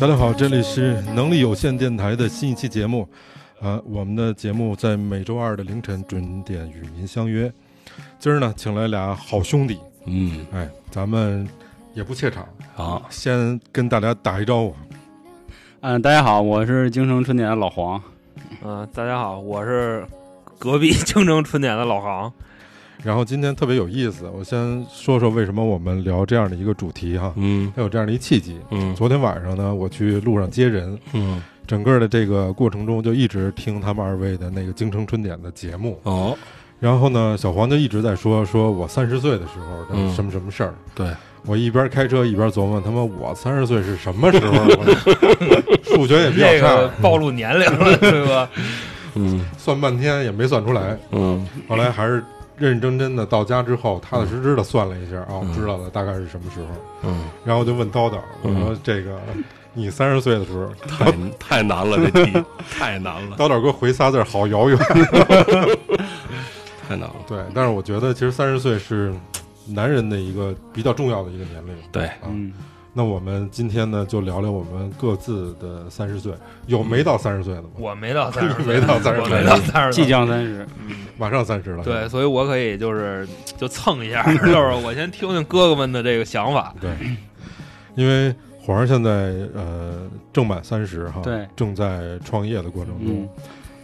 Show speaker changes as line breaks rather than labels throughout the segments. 大家好，这里是能力有限电台的新一期节目，啊，我们的节目在每周二的凌晨准点与您相约。今儿呢，请来俩好兄弟，
嗯
哎，咱们也不怯场，
好，
先跟大家打一招呼。
嗯，大家好，我是京城春点的老黄，
嗯，大家好，我是隔壁 京城春点的老航。
然后今天特别有意思，我先说说为什么我们聊这样的一个主题哈，
嗯
它有这样的一契机。
嗯
昨天晚上呢，我去路上接人，
嗯，
整个的这个过程中就一直听他们二位的那个京城春点的节目，
哦，
然后呢，小黄就一直在说，说我三十岁的时候的
嗯
什么什么事儿。
对，
我一边开车一边琢磨，他妈我三十岁是什么时候？我 数学也比较
这个
差，
暴露年龄了，对吧？
嗯
算半天也没算出来。
嗯
后来还是认认真真的到家之后，踏踏实实的算了一下啊，我知道了大概是什么时候。
嗯，
然后我就问叨叨，我说
嗯
这个你三十岁的时候，
太太难了，这题太难了，
叨叨给我回仨字儿，好遥远。
太难了，
对，但是我觉得其实三十岁是男人的一个比较重要的一个年龄。
对，
嗯，
那我们今天呢，就聊聊我们各自的三十岁，有没到三十岁的
嗯
吗？，
我没到三十
没到30
我没到三十，
即将三十，
马上三十了。
对，所以我可以就是就蹭一下，就是我先听听哥哥们的这个想法。
对，因为皇上现在呃正满三十哈，
对，
正在创业的过程中，
嗯，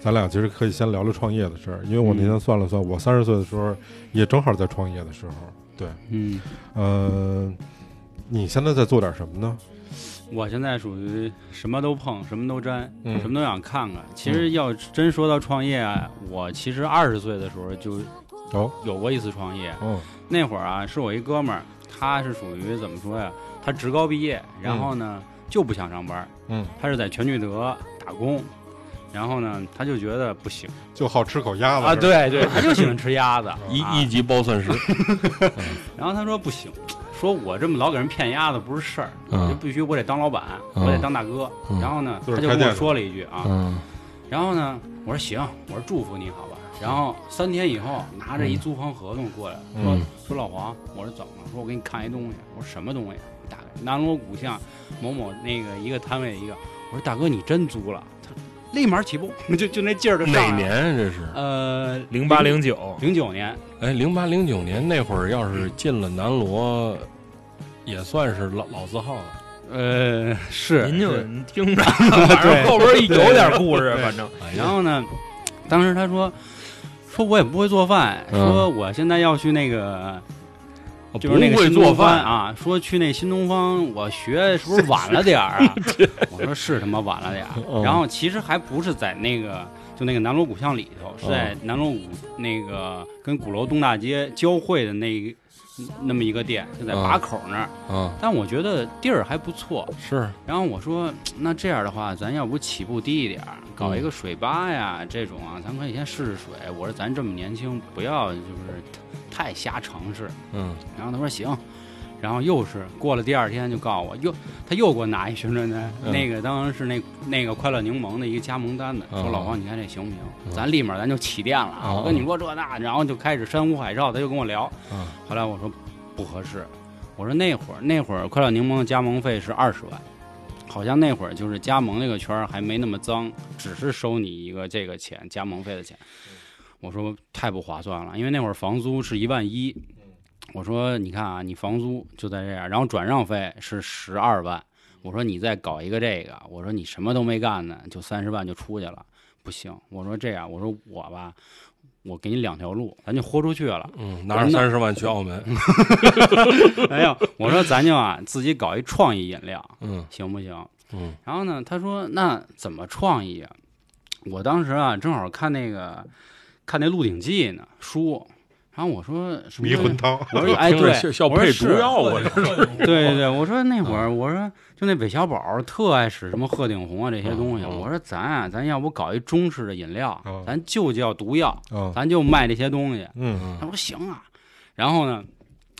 咱俩其实可以先聊聊创业的事儿，因为我那
嗯
天算了算，我三十岁的时候也正好在创业的时候。对，
嗯，
呃，你现在在做点什么呢？
我现在属于什么都碰，什么都沾，
嗯
什么都想看看。其实要真说到创业啊，我其实二十岁的时候就
哦
有过一次创业。
哦，
那会儿啊，是我一哥们儿，他是属于怎么说呀？他职高毕业，然后呢、
嗯
就不想上班，
嗯，
他是在全聚德打工。然后呢，他就觉得不行
就好吃口鸭子
啊，
是吧，
对对，他就喜欢吃鸭子
一
啊
一级包算十，
然后他说不行，说我这么老给人骗鸭子不是事儿，
嗯
我就必须我得当老板，
嗯
我得当大哥。
嗯
然后呢，
就是
他就
开
跟
店
我
的
说了一句啊，
嗯
然后呢，我说行，我说祝福你好吧。然后三天以后拿着一租房合同过来，说、
嗯
说老黄，我说怎么了？说我给你看一东西。我说什么东西？大概南锣鼓巷某某那个一个摊位一个。我说大哥，你真租了？他立马起步， 就就那劲儿就上来了？
哪年这是？
呃，
零八零九，
零九年，
哎，零八零九年那会儿，要是进了南锣，也算是老老字号了。
呃，是
您就是您听着，反正后边有点故事，反正
哎
啊然
呀，
后呢，当时他说，说我也不会做饭，
嗯
说我现在要去那个，
我
就是那
不
个
会
新东
做
方
饭，
啊，说去那新东方，我学是不是晚了点儿啊？ 我说是他妈晚了点
嗯
儿。然后其实还不是在那个。就那个南锣鼓巷里头，是
嗯
在南锣鼓那个跟鼓楼东大街交汇的那一那么一个店，就在
嗯
把口那儿。
啊，
但我觉得地儿还不错，
是，
然后我说，那这样的话，咱要不起步低一点儿，搞一个水吧呀，这种啊，咱可以先试试水。我说咱这么年轻，不要就是太瞎尝试。
嗯
然后他说行，然后又是过了第二天就告诉我，又他又给我拿一宣传单，
嗯
那个当时是那那个快乐柠檬的一个加盟单子，
嗯
说老王你看这行不行？
嗯
咱立马咱就起店了啊！
嗯
我跟你说这那，然后就开始山呼海啸，他就跟我聊。
嗯。
后来我说不合适，我说那会儿那会儿快乐柠檬的加盟费是二十万。好像那会儿就是加盟这个圈儿还没那么脏，只是收你一个这个钱加盟费的钱。我说太不划算了，因为那会儿房租是一万一，我说你看啊，你房租就在这样，然后转让费是十二万。我说你再搞一个这个，我说你什么都没干呢，就三十万就出去了，不行。我说这样，我说我吧，我给你两条路，咱就豁出去了
嗯，拿着三十万去澳门，
哎呦，我说咱就啊自己搞一创意饮料，
嗯
行不行？
嗯
然后呢，他说那怎么创意啊？我当时啊正好看那个看那《鹿鼎记》呢书，然后我说什么
迷魂汤。
我说哎
听着
对，
像像
我说
配
是
毒药啊，这是，
对对 对，我说那会
嗯
儿，我说就那韦小宝儿特爱使什么鹤顶红啊这些东西，
嗯嗯
我说咱啊，咱要不搞一中式的饮料
嗯，
咱就叫毒药，
啊，
咱就卖这些东西。
嗯
他说行啊，然后呢，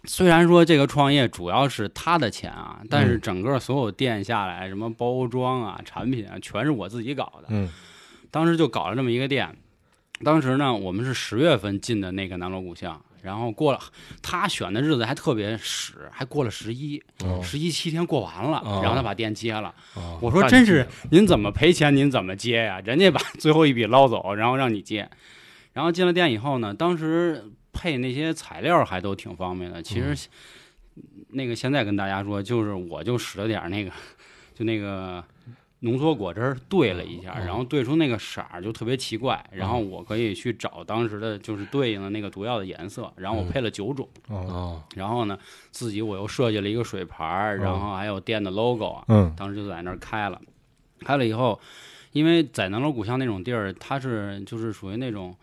虽然说这个创业主要是他的钱啊，但
嗯
是整个所有店下来，什么包装啊、产品啊，全是我自己搞的。
嗯
当时就搞了这么一个店。当时呢，我们是十月份进的那个南锣鼓巷，然后过了他选的日子还特别屎，还过了十一，
哦
十一七天过完了，
哦
然后他把店接了。
哦
我说
那你
真
记
是
得，
您怎么赔钱您怎么接 呀、人家把最后一笔捞走，然后让你接。然后进了店以后呢，当时配那些材料还都挺方
嗯
便的。其实，那个现在跟大家说，就是我就使了点儿那个， 就那个浓缩果汁儿兑了一下，
嗯
然后兑出那个色儿就特别奇怪。然后我可以去找当时的就是对应的那个毒药的颜色，然后我
嗯
配了九种。
哦，
哦
然后呢，自己我又设计了一个水牌儿，
嗯
然后还有店的 logo 啊，
嗯
当时就在那儿开了，开了以后，因为在南锣鼓巷那种地儿，它是就是属于那种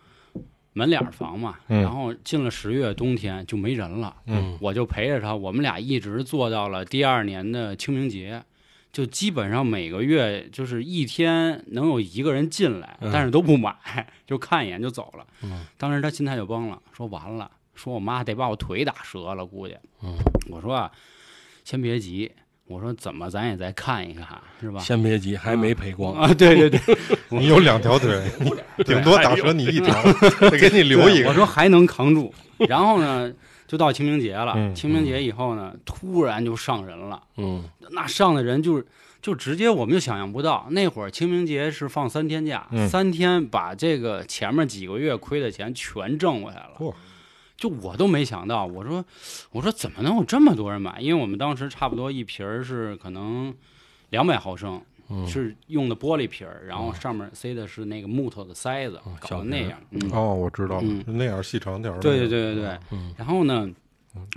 门脸儿房嘛，
嗯
然后进了十月冬天就没人了，
嗯
我就陪着他，我们俩一直做到了第二年的清明节。就基本上每个月就是一天能有一个人进来，
嗯
但是都不买， 就看一眼就走了。
嗯
当时他心态就崩了，说完了，说我妈得把我腿打折了，估计。
嗯，
我说啊，先别急，我说怎么咱也再看一看，是吧？
嗯先别急，还没赔光。
啊，对对对，
你有两条腿，你
嗯
顶多打折你一条，得给你 留一
我
个。
说还能扛住。然后呢，就到清明节了。
嗯
清明节以后呢，突然就上人了，
嗯
那上的人就是。就直接我们就想象不到，那会儿清明节是放三天假，
嗯
三天把这个前面几个月亏的钱全挣回来了。
嚯
就我都没想到，我说我说怎么能有这么多人买？因为我们当时差不多一瓶儿是可能两百毫升，
嗯，
是用的玻璃瓶儿，然后上面塞的是那个木头的塞子，
嗯
搞
小
得
瓶
那
儿
样。嗯，
哦，我知道了
嗯，
那样细长条儿的。
对对对对对。
嗯
然后呢，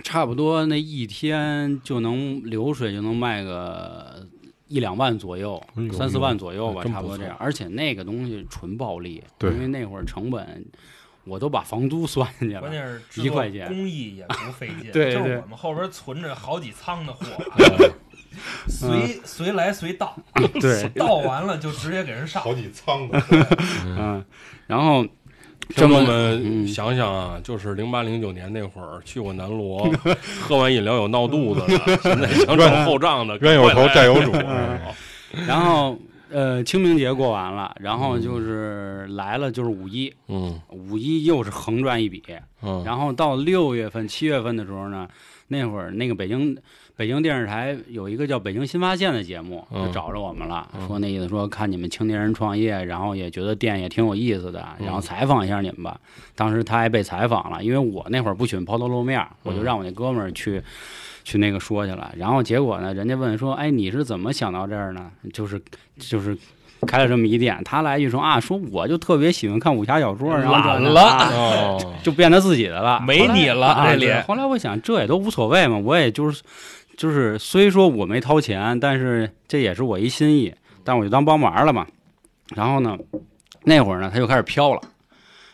差不多那一天就能流水就能卖个一两万左右
哎呦，
三四万左右吧，
真不
差不多这样。而且那个东西纯暴利，
对
因为那会儿成本我都把房租算进去了。
关 键是制
一
作
块钱
工艺也不费劲，
对
就
对
是我们后边存着好几仓的货，
嗯
随随来随到，
对，
到完了就直接给 人上。
好几仓的，
嗯，然后这
这
么
么
嗯
们想想啊，就是零八零九年那会儿去过南锣，喝完饮料有闹肚子的，现在想找后账的，
冤有头
快来
债 有主。
嗯然后呃，清明节过完了，然后就是来了就是五一，
嗯
五一又是横赚一笔。
嗯，
然后到六月份、七月份的时候呢，那会儿那个北京北京电视台有一个叫《北京新发现》的节目，
嗯
就找着我们了，说那意思说看你们青年人创业，然后也觉得店也挺有意思的，
嗯
然后采访一下你们吧。当时他还被采访了，因为我那会儿不喜欢抛头露
嗯
面儿，我就让我那哥们儿去。去那个说去了，然后结果呢，人家问说：“哎，你是怎么想到这儿呢？就是就是开了这么一店。”他来一句说：“啊，说我就特别喜欢看武侠小说，然后
懒
这
了
啊
哦，
就变他自己的了，
没你了
后来啊
这里
对后来我想，这也都无所谓嘛，我也就是就是虽说我没掏钱，但是这也是我一心意，但我就当帮忙了嘛。然后呢，那会儿呢，他就开始飘了。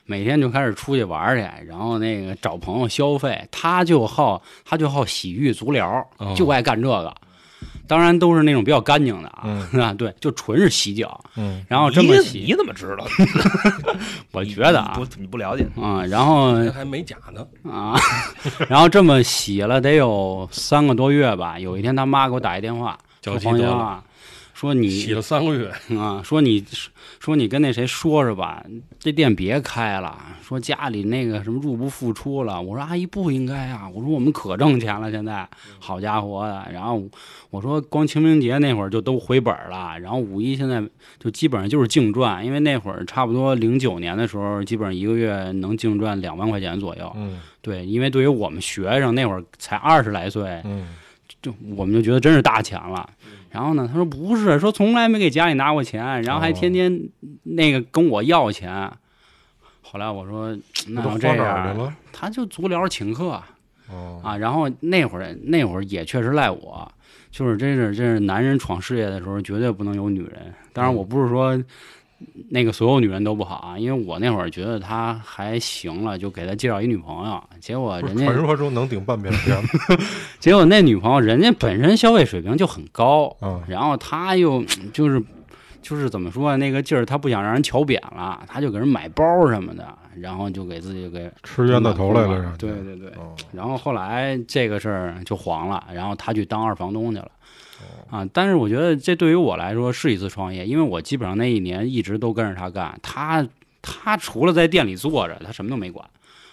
每天就开始出去玩儿去，然后那个找朋友消费，他就好他就好洗浴足疗，
哦
就爱干这个。当然都是那种比较干净的啊，啊 对，就纯是洗脚，
嗯，
然后这么
嗯你
洗，
你怎么知道？
我觉得啊
你，不你不了解，
啊、然后
这还没假呢，
啊，然后这么洗了得有三个多月吧。有一天他妈给我打一电话，
脚
说
气
黄英
得了，
啊，说
洗
你
了三个月，
啊，说你说你跟那谁说说吧，这店别开了，说家里那个什么入不敷出了。我说阿姨不应该啊，我说我们可挣钱了，现在
嗯
好家伙的。然后我说光清明节那会儿就都回本了，然后五一现在就基本上就是净赚，因为那会儿差不多零九年的时候，基本上一个月能净赚两万块钱左右。
嗯
对，因为对于我们学生那会儿才二十来岁，
嗯
就我们就觉得真是大钱了。然后呢，他说不是，说从来没给家里拿过钱，然
哦
后还天天那个跟我要钱。后来我说，那
都
要
花
这
哪儿去
样，
了？
他就足疗请客
哦，
啊。然后那会儿那会儿也确实赖我，就是真是真是男人闯事业的时候绝对不能有女人。
嗯
当然我不是说。那个所有女人都不好啊，因为我那会儿觉得他还行了，就给他介绍一女朋友，结果
不是
啊人家
传说中能顶半边天 吗
结果那女朋友人家本身消费水平就很高，
啊？
然后她又就是就是怎么说啊那个劲儿，她不想让人瞧扁了，她就给人买包什么的，然后就给自己给
吃冤到头来了，让你
对对对。
哦
然后后来这个事儿就黄了，然后她去当二房东去了。啊，但是我觉得这对于我来说是一次创业，因为我基本上那一年一直都跟着她干，她她除了在店里坐着，她什么都没管。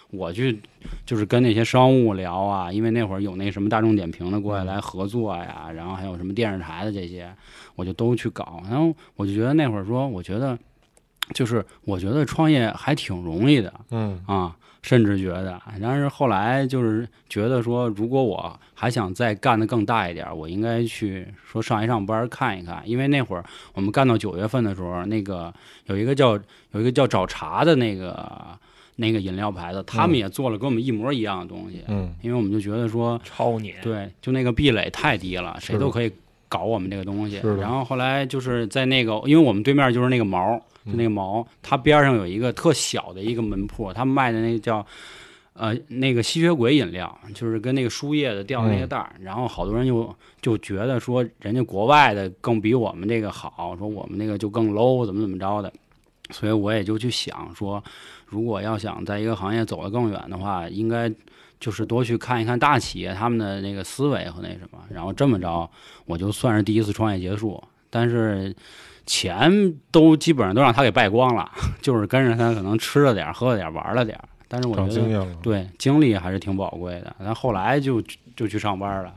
我去就是跟那些商务聊啊，因为那会儿有那什么大众点评的过来来合作呀，然后还有什么电视台的这些，我就都去搞。然后我就觉得那会儿说，我觉得就是我觉得创业还挺容易的，
嗯
啊，甚至觉得，但是后来就是觉得说，如果我还想再干得更大一点儿，我应该去说上一上班儿看一看，因为那会儿我们干到九月份的时候，那个有一个叫有一个叫找茬的那个那个饮料牌子，他
嗯
们也做了跟我们一模一样的东西，
嗯
因为我们就觉得说，
抄你，
对，就那个壁垒太低了，谁
是的
都可以搞我们这个东西
是。的
然后后来就是在那个，因为我们对面就是那个毛，就
嗯
那个毛，它边上有一个特小的一个门铺，他卖的那个叫。呃，那个吸血鬼饮料就是跟那个输液的掉那
嗯
个袋儿，然后好多人就就觉得说人家国外的更比我们这个好，说我们那个就更 low，怎么怎么着的，所以我也就去想说，如果要想在一个行业走得更远的话，应该就是多去看一看大企业他们的那个思维和那什么，然后这么着，我就算是第一次创业结束，但是钱都基本上都让他给败光了， 就是跟着他可能吃了点儿、喝了点儿、玩了点儿，但是我
长
觉
经
得
验了，
对经历还是挺宝贵的，但后来就就去上班了，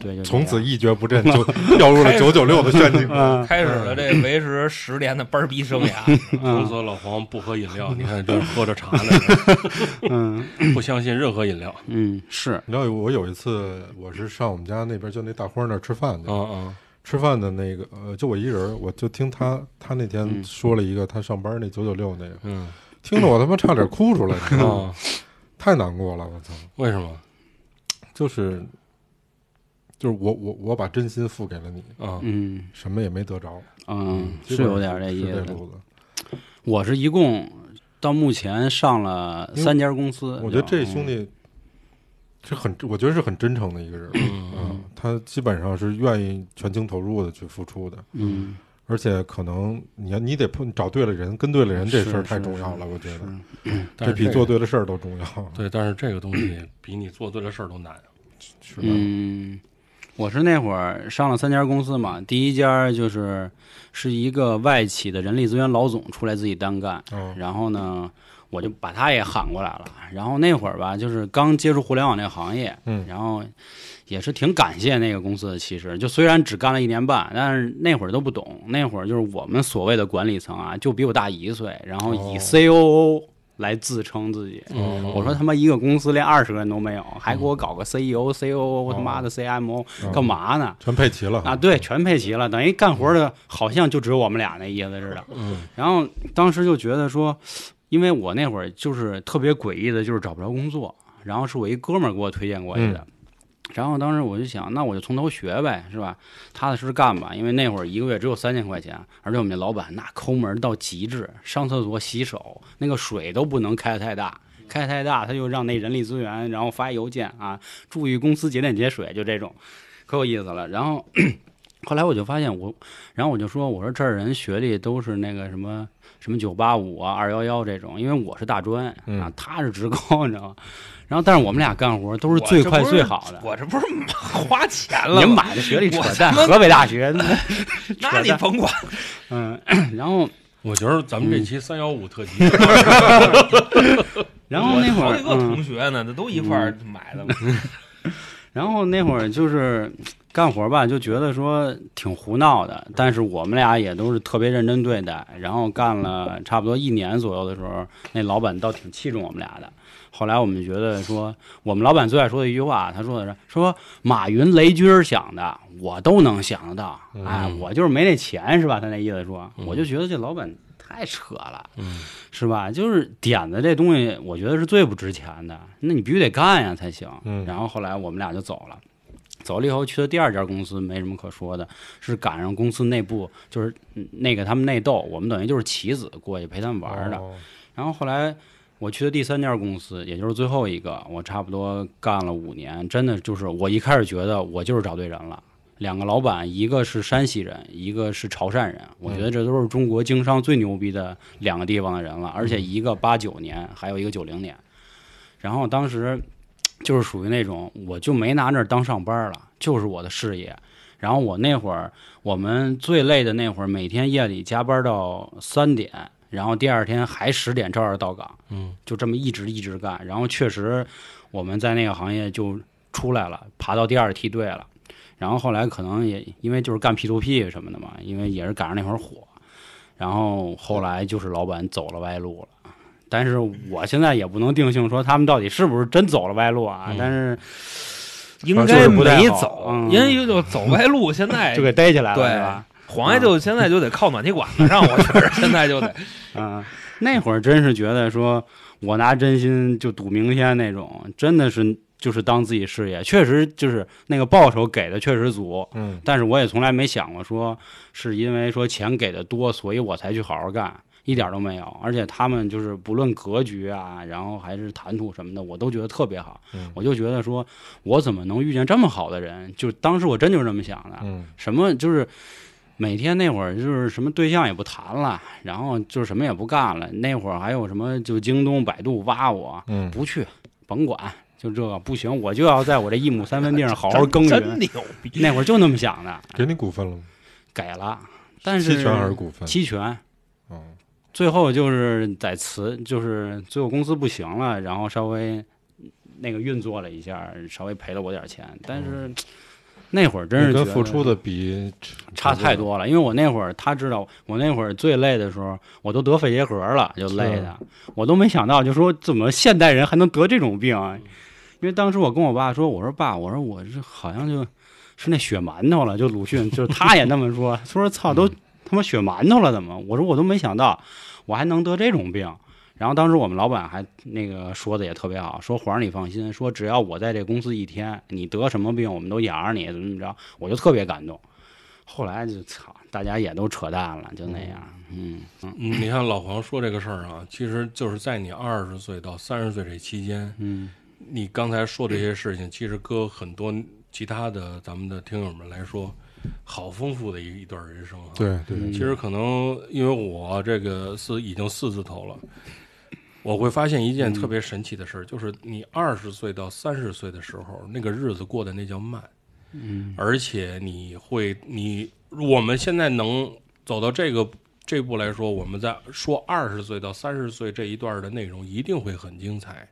对，就这
从
样
此一蹶不 振，就掉入了九九六的陷阱。
嗯
开始了这维持十年的班儿逼生涯，
从
嗯
此老黄不喝饮料，你看这喝着茶呢，
嗯
不相信任何饮料。
嗯是
你知道我有一次，我是上我们家那边就那大花那儿吃饭去，
嗯嗯，
吃饭的那个呃，就我一人儿，我就听他他那天
嗯
说了一个他上班那九九六那个，
嗯
听得我他妈差点哭 出来，你知道吗
哦
啊，
太难过了，我操！
为什么？
就是就是我我我把真心付给了你，
啊，
嗯
什么也没得着，
嗯
基
是
本
有点儿
上
这
是
意
这
思，
路子。
我是一共到目前上了三家公司，
我觉得这
就嗯
兄弟是很，我觉得是很真诚的一个 人，嗯，他基本上是愿意全情投入的去付出的，
嗯
而且可能你要你得碰找对了人，跟对了人，这
是
事儿太
是
重要
是
了，我觉
是
得
但是
比
这个
做对了事儿都重要。
对，但是这个东西比你做对了事儿都难。
是吧？
嗯，我是那会儿上了三家公司嘛，第一家就是是一个外企的人力资源老总出来自己单干，
嗯
然后呢，我就把他也喊过来了。然后那会儿吧，就是刚接触互联网这个行业，
嗯
然后也是挺感谢那个公司的。其实就虽然只干了一年半，但是那会儿都不懂。那会儿就是我们所谓的管理层啊，就比我大一岁，然后以
哦
COO 来自称自己。
嗯，
我说他妈一个公司连二十个人都没有，还给我搞个 E CEO、COO，他妈的 CMO，干嘛呢？
全配齐了
啊，对，全配齐了，等于干活的好像就只有我们俩那意思似的。然后当时就觉得说，因为我那会儿就是特别诡异的，就是找不着工作，然后是我一哥们儿给我推荐过去的。然后当时我就想，那我就从头学呗，是吧？踏踏实实干吧，因为那会儿一个月只有三千块钱，而且我们那老板那抠门到极致，上厕所、洗手那个水都不能开得太大，开得太大他就让那人力资源，然后发邮件啊，注意公司节点节水，就这种，可有意思了。然后 后来我就发现我，然后我就说，我说这儿人学历都是那个什么什么九八五啊、二幺幺这种，因为我是大专啊
嗯，
他是职高， 你知道吗？然后但是我们俩干活都是最快最好的。
我 这不是花钱了
您
吗？
买的学历扯
我
淡，河北大学，
那你甭管，
嗯，然后
我觉得咱们这期三幺五特辑，
然后那会
好
儿
几，个
嗯
同，学呢，这都一块儿买的嘛。
然后那会儿就是干活吧，就觉得说挺胡闹的，但是我们俩也都是特别认真对待。然后干了差不多一年左右的时候，那老板倒挺器重我们俩的。后来我们觉得说，我们老板最爱说的一句话，他说的是说马云、雷军儿想的，我都能想得到。哎，我就是没那钱，是吧？他那意思说，我就觉得这老板太扯了。
嗯
是吧？就是点子这东西，我觉得是最不值钱的，那你必须得干呀才行。
嗯
然后后来我们俩就走了，走了以后去的第二家公司没什么可说的，是赶上公司内部就是嗯那个他们内斗，我们等于就是棋子过去陪他们玩儿的。
哦
然后后来我去的第三家公司，也就是最后一个，我差不多干了五年，真的就是我一开始觉得我就是找对人了。两个老板，一个是山西人，一个是潮汕人，我觉得这都是中国经商最牛逼的两个地方的人了，而且一个八九年，还有一个九零年。然后当时就是属于那种，我就没拿那儿当上班了，就是我的事业。然后我那会儿，我们最累的那会儿，每天夜里加班到三点，然后第二天还十点照样到岗，
嗯，
就这么一直一直干。然后确实我们在那个行业就出来了，爬到第二梯队了。然后后来可能也因为就是干 P to P 什么的嘛，因为也是赶上那会儿火，然后后来就是老板走了歪路了。但是我现在也不能定性说他们到底是不是真走了歪路啊，
嗯
但是
应
啊就是
该
不太
没
好
走，
嗯
因为就走歪路，现
哎
在
就给逮起来了，嗯
对
是吧？
黄爷就现在就得靠暖气管子上，我觉得现在就得
啊，那会儿真是觉得说，我拿真心就赌明天那种，真的是就是当自己事业，确实就是那个报酬给的确实足，
嗯，
但是我也从来没想过说是因为说钱给的多，所以我才去好好干，一点都没有。而且他们就是不论格局啊，然后还是谈吐什么的，我都觉得特别好。
嗯
我就觉得说，我怎么能遇见这么好的人？就当时我真就是这么想的。
嗯
什么就是每天那会儿就是什么对象也不谈了，然后就是什么也不干了。那会儿还有什么就京东、百度挖我，
嗯，
不去，甭管，就这个不行，我就要在我这一亩三分地上好好耕
真
耘。
牛逼。
那会儿就那么想的，
给你股份了吗？
给了，但是
期权还是股份？
期权
嗯
最后就是在辞，就是最后公司不行了，然后稍微那个运作了一下，稍微赔了我点钱，但是。那会儿真是
嗯你跟
觉得
付出的比
差太。多了，因为我那会儿他知道，我那会儿最累的时候，我都得肺结核了，就累的，我都没想到，就说怎么现代人还能得这种病啊？因为当时我跟我爸说，我说爸，我说我这好像就是那血馒头了，就鲁迅，就是他也那么说，他说操，都他妈血馒头了，怎么？我说我都没想到，我还能得这种病。然后当时我们老板还那个说的也特别好，说皇上你放心，说只要我在这公司一天，你得什么病我们都养着你，怎么怎么着，我就特别感动。后来就操，大家也都扯淡了，就那样，嗯
嗯你看老黄说这个事儿啊，其实就是在你二十岁到三十岁这期间，
嗯
你刚才说这些事情，其实搁很多其他的咱们的听友们来说，好丰富的一一段人生啊。
对对，
嗯
其实可能因为我这个四已经四字头了，我会发现一
嗯
件特别神奇的事儿，就是你二十岁到三十岁的时候，那个日子过得那叫慢，
嗯，
而且你会你我们现在能走到这个这步来说，我们在说二十岁到三十岁这一段的内容一定会很精彩，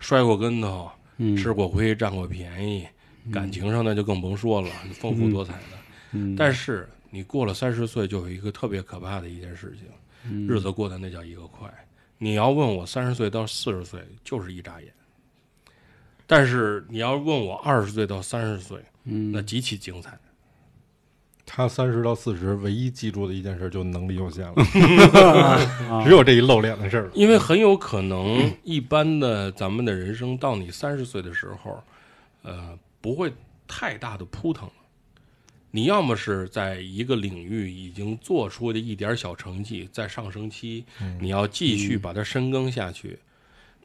摔过跟头，
嗯
吃过亏，占过便宜，感情上那就更甭说了，丰富多彩的。
嗯
但是你过了三十岁，就有一个特别可怕的一件事情，
嗯
日子过得那叫一个快。你要问我三十岁到四十岁，就是一眨眼；但是你要问我二十岁到三十岁，
嗯
那极其精彩。
他三十到四十唯一记住的一件事就是能力有限 了，
啊
只有这一露脸的事儿了。
因为很有可能，一般的咱们的人生到你三十岁的时候，呃，不会太大的扑腾了。你要么是在一个领域已经做出了一点小成绩，在上升期，你要继续把它深耕下去。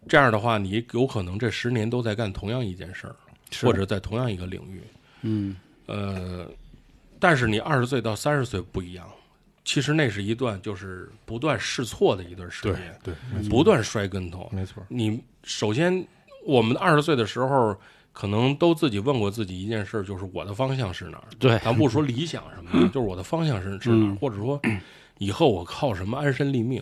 这样的话，你有可能这十年都在干同样一件事儿，或者在同样一个领域。
嗯
呃，但是你二十岁到三十岁不一样，其实那是一段就是不断试错的一段时
对
间。
对，
不断摔跟头。
没错。
你首先，我们二十岁的时候，可能都自己问过自己一件事儿，就是我的方向是哪儿？
对，
咱不说理想什么的，就是我的方向是是哪儿，或者说以后我靠什么安身立命？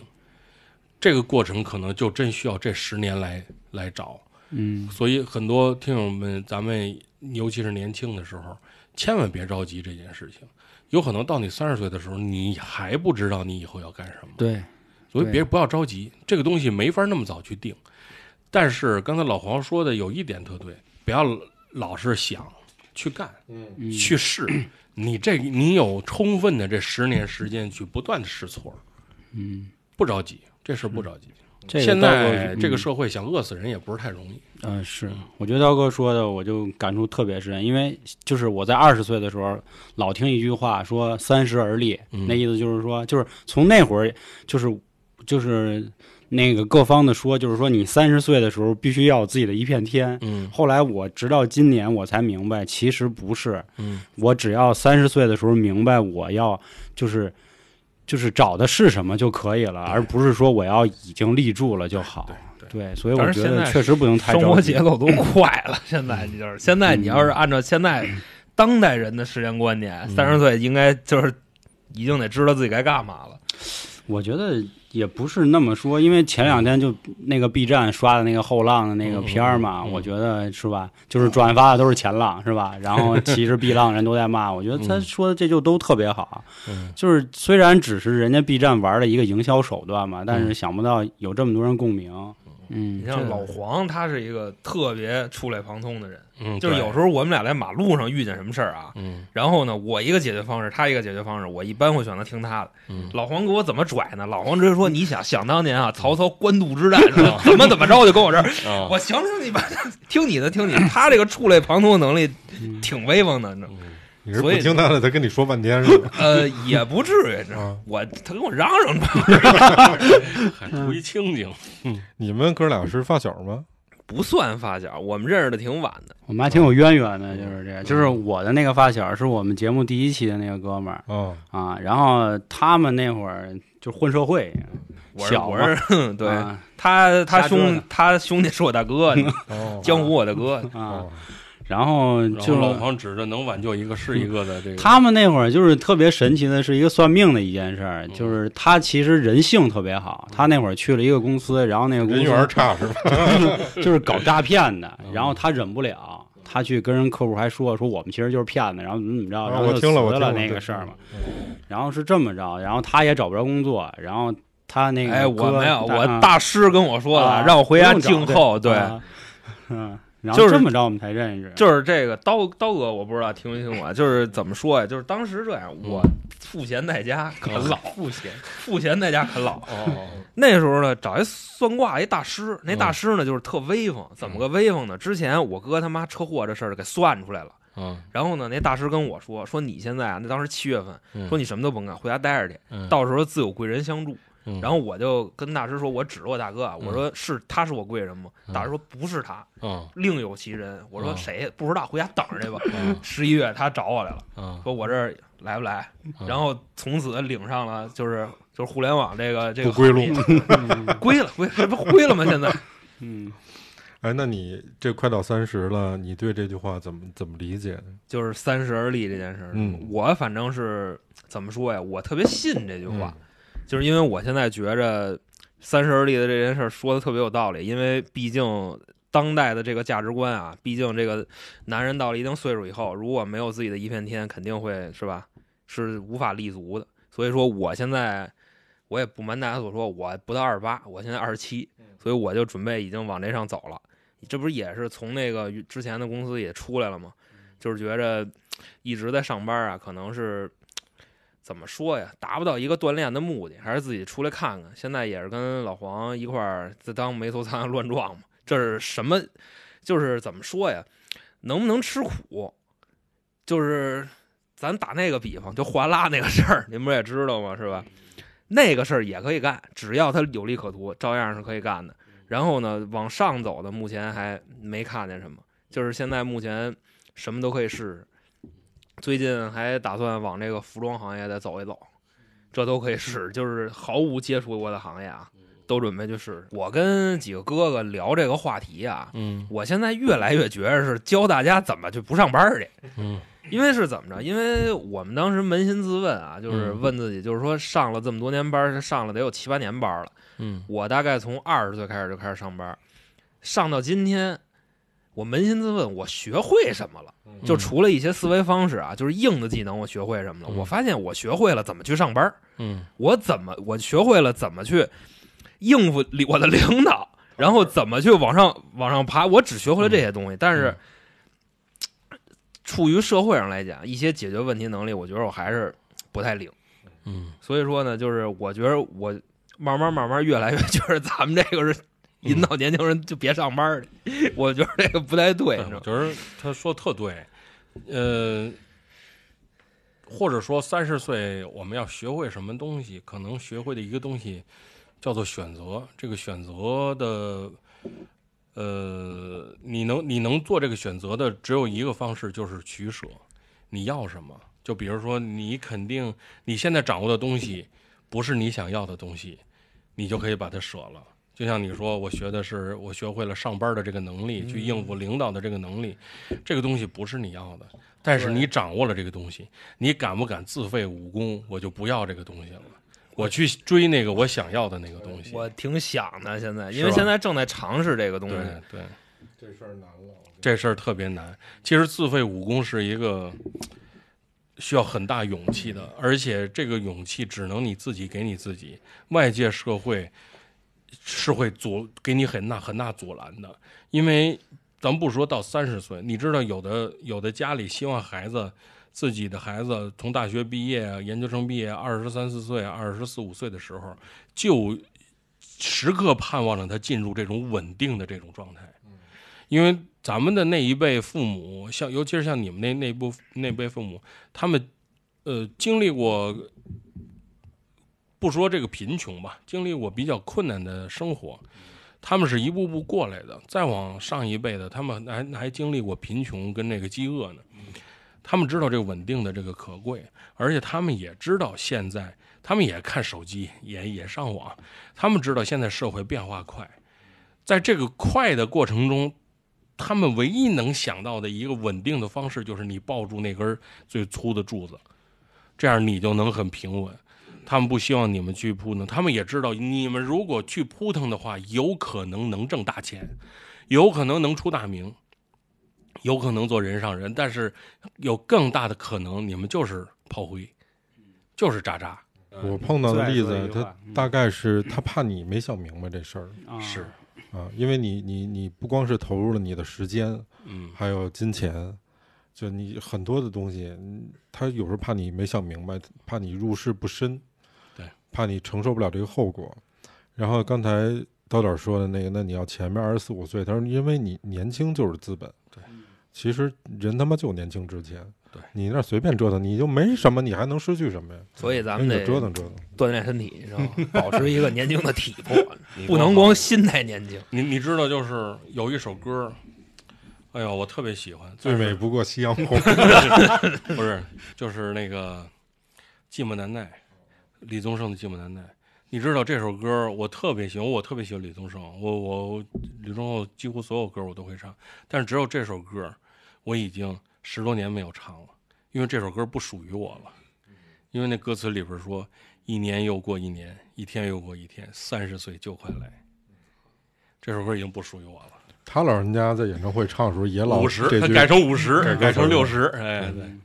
这个过程可能就真需要这十年来来找。
嗯
所以很多听友们，咱们尤其是年轻的时候，千万别着急这件事情。有可能到你三十岁的时候，你还不知道你以后要干什么。
对，
所以
对
别不要着急，这个东西没法那么早去定。但是刚才老黄说的有一点特对，不要老是想去干，
嗯
去试。你这你有充分的这十年时间去不断的试错，
嗯，
不着急，这事不着急。
这个
现
倒过
在
去
这个
嗯
社会想饿死人也不是太容易。
嗯，是，我觉得刀哥说的，我就感触特别深，因为就是我在二十岁的时候，老听一句话说“三十而立”，
嗯
那意思就是说，就是从那会儿，就是就是那个各方的说，就是说你三十岁的时候必须要有自己的一片天。
嗯
后来我直到今年我才明白，其实不是，
嗯
我只要三十岁的时候明白我要就是就是找的是什么就可以了，而不是说我要已经立住了就好。
对
对，所以
但
我
是
觉
现
得
在
确实不能太
生活
着急
节。奏都快了，现在你就是现在你要是按照现在当代人的时间观念，
嗯
三十岁应该就是已经得知道自己该干嘛了。
我觉得也不是那么说，因为前两天就那个 B 站刷的那个后浪的那个片儿嘛，
嗯嗯嗯
我觉得是吧，就是转发的都是前浪是吧？然后其实 B 浪人都在骂，我觉得他
嗯
说的这就都特别好，
嗯
就是虽然只是人家 B 站玩的一个营销手段嘛，但是想不到有这么多人共鸣。嗯，
你像
这
老黄，他是一个特别触类旁通的人，
嗯，
就是
对
有时候我们俩在马路上遇见什么事儿啊，
嗯
然后呢，我一个解决方式，他一个解决方式，我一般会选择听他的。
嗯
老黄给我怎么拽呢？老黄直接说：“你想想当年啊，曹操官渡 之战是吧怎么怎么着就跟我这儿，
啊，
我行行你吧， 听你的听你的。”他这个触类旁通的能力
嗯
挺威风的，你知道吗？
嗯
你是不
所以
听他的，他跟你说半天 是吧？
呃，也不至于，你知道吗
啊？
我他跟我嚷嚷吧，
嗯
还图一清静，
你们哥俩是发小吗？
不算发小，我们认识的挺晚的。
我们还挺有渊源的，就是这样。就是我的那个发小是我们节目第一期的那个哥们儿
啊，
啊，然后他们那会儿就混社会，
我是
小
我是嗯对
啊
他他
瞎折
兄
腾
他兄弟是我 大哥，你知道吗
哦，
江湖我大哥，
啊，
哦
然后
然
嗯就嗯
后老黄指着能挽救一个是一个的这个，
他们那会儿就是特别神奇的是一个算命的一件事儿，
嗯
就是他其实人性特别好，他那会儿去了一个公司，然后那个公
嗯人缘
司
差是吧？
就是搞诈骗的，
嗯
然后他忍不了，他去跟人客户还说说我们其实就是骗子，然后怎么怎么着，
啊
然后
我
就
听了，我
辞
听了
了
对
那
嗯
个事儿嘛，然后是这么着，然后他也找不着工作，然后他那个
哎，我
哥
没有，我
啊
大师跟我说
啊
的，让我回家
不用
静
找
候。对，
啊嗯，然
就
后
是
这么着我们才认识，
就是这个刀刀哥，我不知道听没听过，就是怎么说呀？就是当时这样，
嗯
我赋闲在家啃
嗯
老，赋闲赋闲在家啃老。
哦，
那时候呢，找一算卦一大师，那
嗯
大师呢就是特威风，怎么个威风呢？之前我哥他妈车祸这事儿给算出来了。
嗯
然后呢，那大师跟我说，说你现在啊，那当时七月份，
嗯
说你什么都甭干，回家待着去，
嗯
到时候自有贵人相助。
嗯
然后我就跟大师说，我指着我大哥啊，
嗯
我说是他是我贵人吗？
嗯
大师说不是他，
嗯
另有其人。我说
嗯
谁不知道，回家等着去吧。
嗯
十一月他找我来了，
嗯，
说我这儿来不来？
嗯
然后从此领上了就是就是互联网这个这个
不归路
行业，
嗯
归了归这不归了吗？现在
嗯，
哎，那你这快到三十了，你对这句话怎么怎么理解呢？
就是三十而立这件事儿，
嗯
我反正是怎么说呀？我特别信这句话，就是因为我现在觉着三十而立的这件事儿说的特别有道理，因为毕竟当代的这个价值观啊，毕竟这个男人到了一定岁数以后，如果没有自己的一片天，肯定会是吧，是无法立足的。所以说，我现在我也不瞒大家所说，我不到二十八，我现在二十七，所以我就准备已经往这上走了。这不是也是从那个之前的公司也出来了吗？就是觉着一直在上班啊，可能是怎么说呀，达不到一个锻炼的目的，还是自己出来看看。现在也是跟老黄一块儿在当没头苍蝇乱撞嘛，这是什么？就是怎么说呀，能不能吃苦？就是咱打那个比方，就货拉那个事儿，您不是也知道吗？是吧？那个事儿也可以干，只要它有利可图，照样是可以干的。然后呢，往上走的，目前还没看见什么，就是现在目前什么都可以试试。最近还打算往这个服装行业再走一走，这都可以试，就是毫无接触过的行业啊，都准备去试试。我跟几个哥哥聊这个话题啊，
嗯
我现在越来越觉着是教大家怎么去不上班儿去，
嗯
因为是怎么着？因为我们当时扪心自问啊，就是
嗯
问自己，就是说上了这么多年班儿，上了得有七八年班儿了。
嗯
我大概从二十岁开始就开始上班，上到今天，我扪心自问，我学会什么了？就除了一些思维方式啊，就是硬的技能，我学会什么了？
嗯
我发现我学会了怎么去上班儿，
嗯
我怎么我学会了怎么去应付领我的领导，然后怎么去往上往上爬，我只学会了这些东西，但是。处于社会上来讲，一些解决问题能力，我觉得我还是不太领。
嗯
所以说呢，就是我觉得我慢慢慢慢越来越 觉得咱们这个是引导年轻人就别上班去，我觉得这个不太对，你知
哎我
道吗？
觉得他说特对，呃，或者说三十岁我们要学会什么东西，可能学会的一个东西叫做选择。这个选择的，呃，你能你能做这个选择的只有一个方式，就是取舍。你要什么？就比如说，你肯定你现在掌握的东西不是你想要的东西，你就可以把它舍了。就像你说，我学的是我学会了上班的这个能力，去应付领导的这个能力，这个东西不是你要的，但是
对
你掌握了这个东西，你敢不敢自废武功？我就不要这个东西了。我去追那个我想要的那个东西。
我挺想的现在，
是
因为
吧
现在正在尝试这个东
对
西。
对，
这事儿难了。
这事儿特别难。其实自费武功是一个需要很大勇气
嗯
的，而且这个勇气只能你自己给你自己，外界社会是会阻给你很大很大阻拦的。因为咱们不说到三十岁，你知道有的有的家里希望孩子。自己的孩子从大学毕业、研究生毕业，二十三四岁、二十四五岁的时候，就时刻盼望着他进入这种稳定的这种状态。因为咱们的那一辈父母，像尤其是像你们那那部那辈父母，他们呃经历过，不说这个贫穷吧，经历过比较困难的生活，他们是一步步过来的。再往上一辈的，他们还还经历过贫穷跟那个饥饿呢，他们知道这个稳定的这个可贵，而且他们也知道现在，他们也看手机，也也上网，他们知道现在社会变化快。在这个快的过程中，他们唯一能想到的一个稳定的方式，就是你抱住那根最粗的柱子，这样你就能很平稳。他们不希望你们去扑腾，他们也知道你们如果去扑腾的话，有可能能挣大钱，有可能能出大名，有可能做人上人，但是有更大的可能，你们就是炮灰，就是渣渣。
我碰到的例子，他
大
大概是他怕你没想明白这事儿
嗯
是，
啊，因为你你你不光是投入了你的时间，
嗯，
还有金钱，就你很多的东西，嗯他有时候怕你没想明白，怕你入世不深，
对，
怕你承受不了这个后果。然后刚才刀导说的那个，那你要前面二十四五岁，他说因为你年轻就是资本，
对，
其实人他妈就年轻值钱，
对
你那随便折腾，你就没什么，你还能失去什么呀？
所以咱
你就
们得
折腾折腾。
锻炼身体，你知 道吗？保持一个年轻的体魄，
你
不能
光
光心态年轻。
你你知道，就是有一首歌，哎呀，我特别喜欢，
最
但
美
是
不过夕 阳红，
不是，就是那个《寂寞难耐》，李宗盛的《寂寞难耐》。你知道这首歌我特别喜欢，我特别喜欢李宗盛，我我李宗盛几乎所有歌我都会唱，但是只有这首歌我已经十多年没有唱了，因为这首歌不属于我了。因为那歌词里边说：“一年又过一年，一天又过一天，三十岁就快来。”这首歌已经不属于我了。
他老人家在演唱会唱的时候也老
五十，
这
他
句
改成五十，改成
成
六十，哎，对。
嗯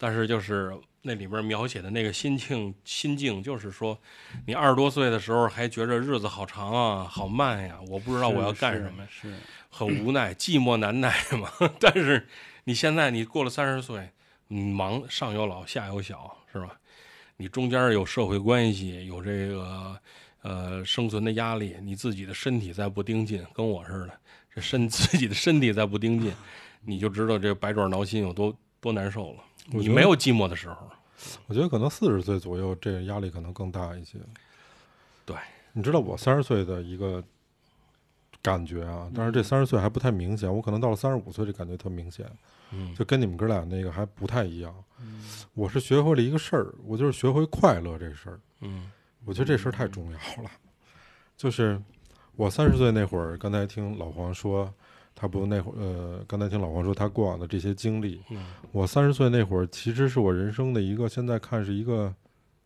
但是就是那里边描写的那个心境心境，就是说，你二十多岁的时候还觉着日子好长啊，好慢呀，我不知道我要干什么，呀，
是
很无奈，寂寞难耐嘛。 但是你现在你过了三十岁，你忙上有老下有小，是吧？你中间有社会关系，有这个呃生存的压力，你自己的身体再不盯紧，跟我似的，这身 自己的身体再不盯紧，你就知道这百爪挠心有多多难受了。
我
你
觉得
没有寂寞的时候，
我觉得可能四十岁左右，这个压力可能更大一些。
对，
你知道我三十岁的一个感觉啊，但是这三十岁还不太明显，我可能到了三十五岁，这感觉特明显，
嗯，
就跟你们哥俩那个还不太一样。我是学会了一个事儿，我就是学会快乐这事儿，
嗯
我觉得这事儿太重要了。就是我三十岁那会儿，刚才听老黄说，他不那会儿呃，刚才听老黄说他过往的这些经历，
嗯
我三十岁那会儿，其实是我人生的一个，现在看是一个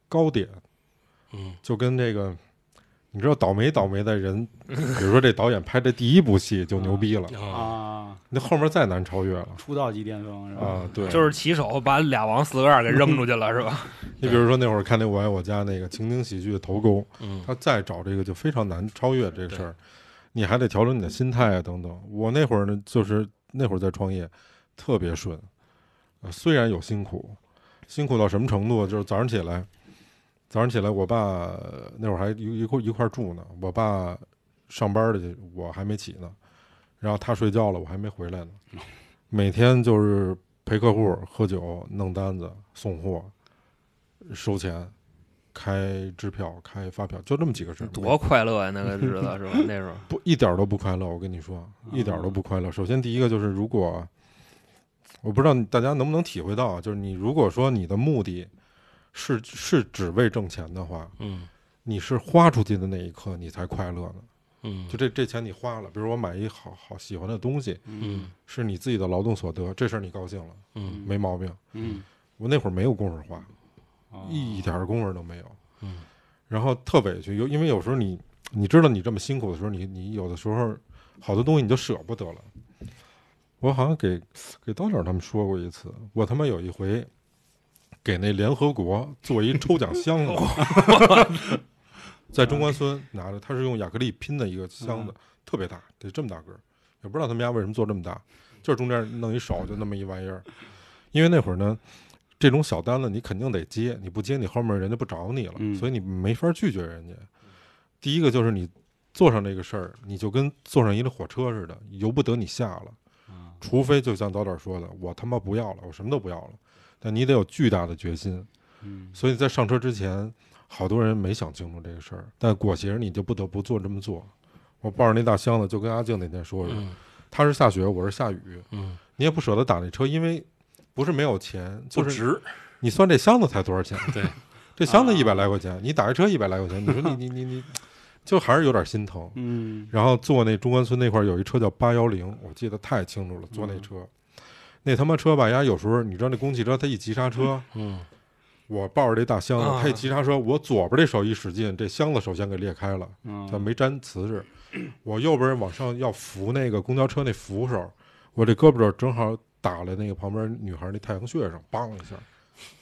高点，
嗯
就跟这个，你知道倒霉倒霉的人，比如说这导演拍这第一部戏就牛逼了，
啊，
啊，
那后面再难超越了
出道即巅峰是吧？
啊！对，
就是起手把俩王四个二给扔出去了，是 吧？
你比如说那会儿看那《我爱我家》那个情景喜剧的头功，
嗯
他再找这个就非常难超越这个事儿，你还得调整你的心态啊等等。我那会儿呢，就是那会儿在创业，特别顺，呃，虽然有辛苦，辛苦到什么程度？就是早上起来，早上起来，我爸呃那会儿还一一块一块儿住呢，我爸上班儿去，我还没起呢，然后他睡觉了，我还没回来呢，每天就是陪客户喝酒、弄单子、送货、收钱。开支票、开发票，就这么几个事儿，
多快乐呀、那个日子是吧？那时候
不一点儿都不快乐，我跟你说，一点儿都不快乐。首先第一个就是，如果我不知道大家能不能体会到啊，就是你如果说你的目的是是只为挣钱的话，
嗯
你是花出去的那一刻你才快乐呢。
嗯
就这这钱你花了，比如我买一好好喜欢的东西，
嗯
是你自己的劳动所得，这事儿你高兴了，
嗯
没毛病。
嗯，
我那会儿没有功夫花，
哦
一点儿功夫都没有。
嗯，
然后特委屈，有因为有时候你你知道你这么辛苦的时候，你你有的时候好多东西你就舍不得了。我好像给给刀鸟他们说过一次，我他妈有一回给那联合国做一抽奖箱子，在中关村拿着，它是用亚克力拼的一个箱子，特别大，得这么大个儿，也不知道他们家为什么做这么大，就是中间弄一手就那么一玩意儿。因为那会儿呢，这种小单子你肯定得接，你不接你后面人家不找你了，
嗯
所以你没法拒绝人家。第一个就是你坐上这个事儿，你就跟坐上一辆火车似的，由不得你下了。
啊
除非就像早点说的，我他妈不要了，我什么都不要了。但你得有巨大的决心。
嗯，
所以在上车之前，好多人没想清楚这个事儿，但裹挟着你就不得不做这么做。我抱着那大箱子，就跟阿静那天说的，
嗯
他是下雪，我是下雨，
嗯，
你也不舍得打那车，因为不是没有钱，
不
就是
值，
你算这箱子才多少钱？
对，啊
这箱子一百来块钱，你打一车一百来块钱，你说你你你你，就还是有点心疼。
嗯
然后坐那中关村那块儿有一车叫八幺零，我记得太清楚了，坐
嗯
那车，那他妈车吧，呀，有时候你知道那公共汽车，它一急刹车，
嗯
我抱着这大箱子，
啊
它一急刹车，我左边这手一使劲，这箱子首先给裂开了，但
嗯，
没粘瓷实，我右边往上要扶那个公交车那扶手，我这胳膊肘正好打了那个旁边女孩那太阳穴上，梆一下，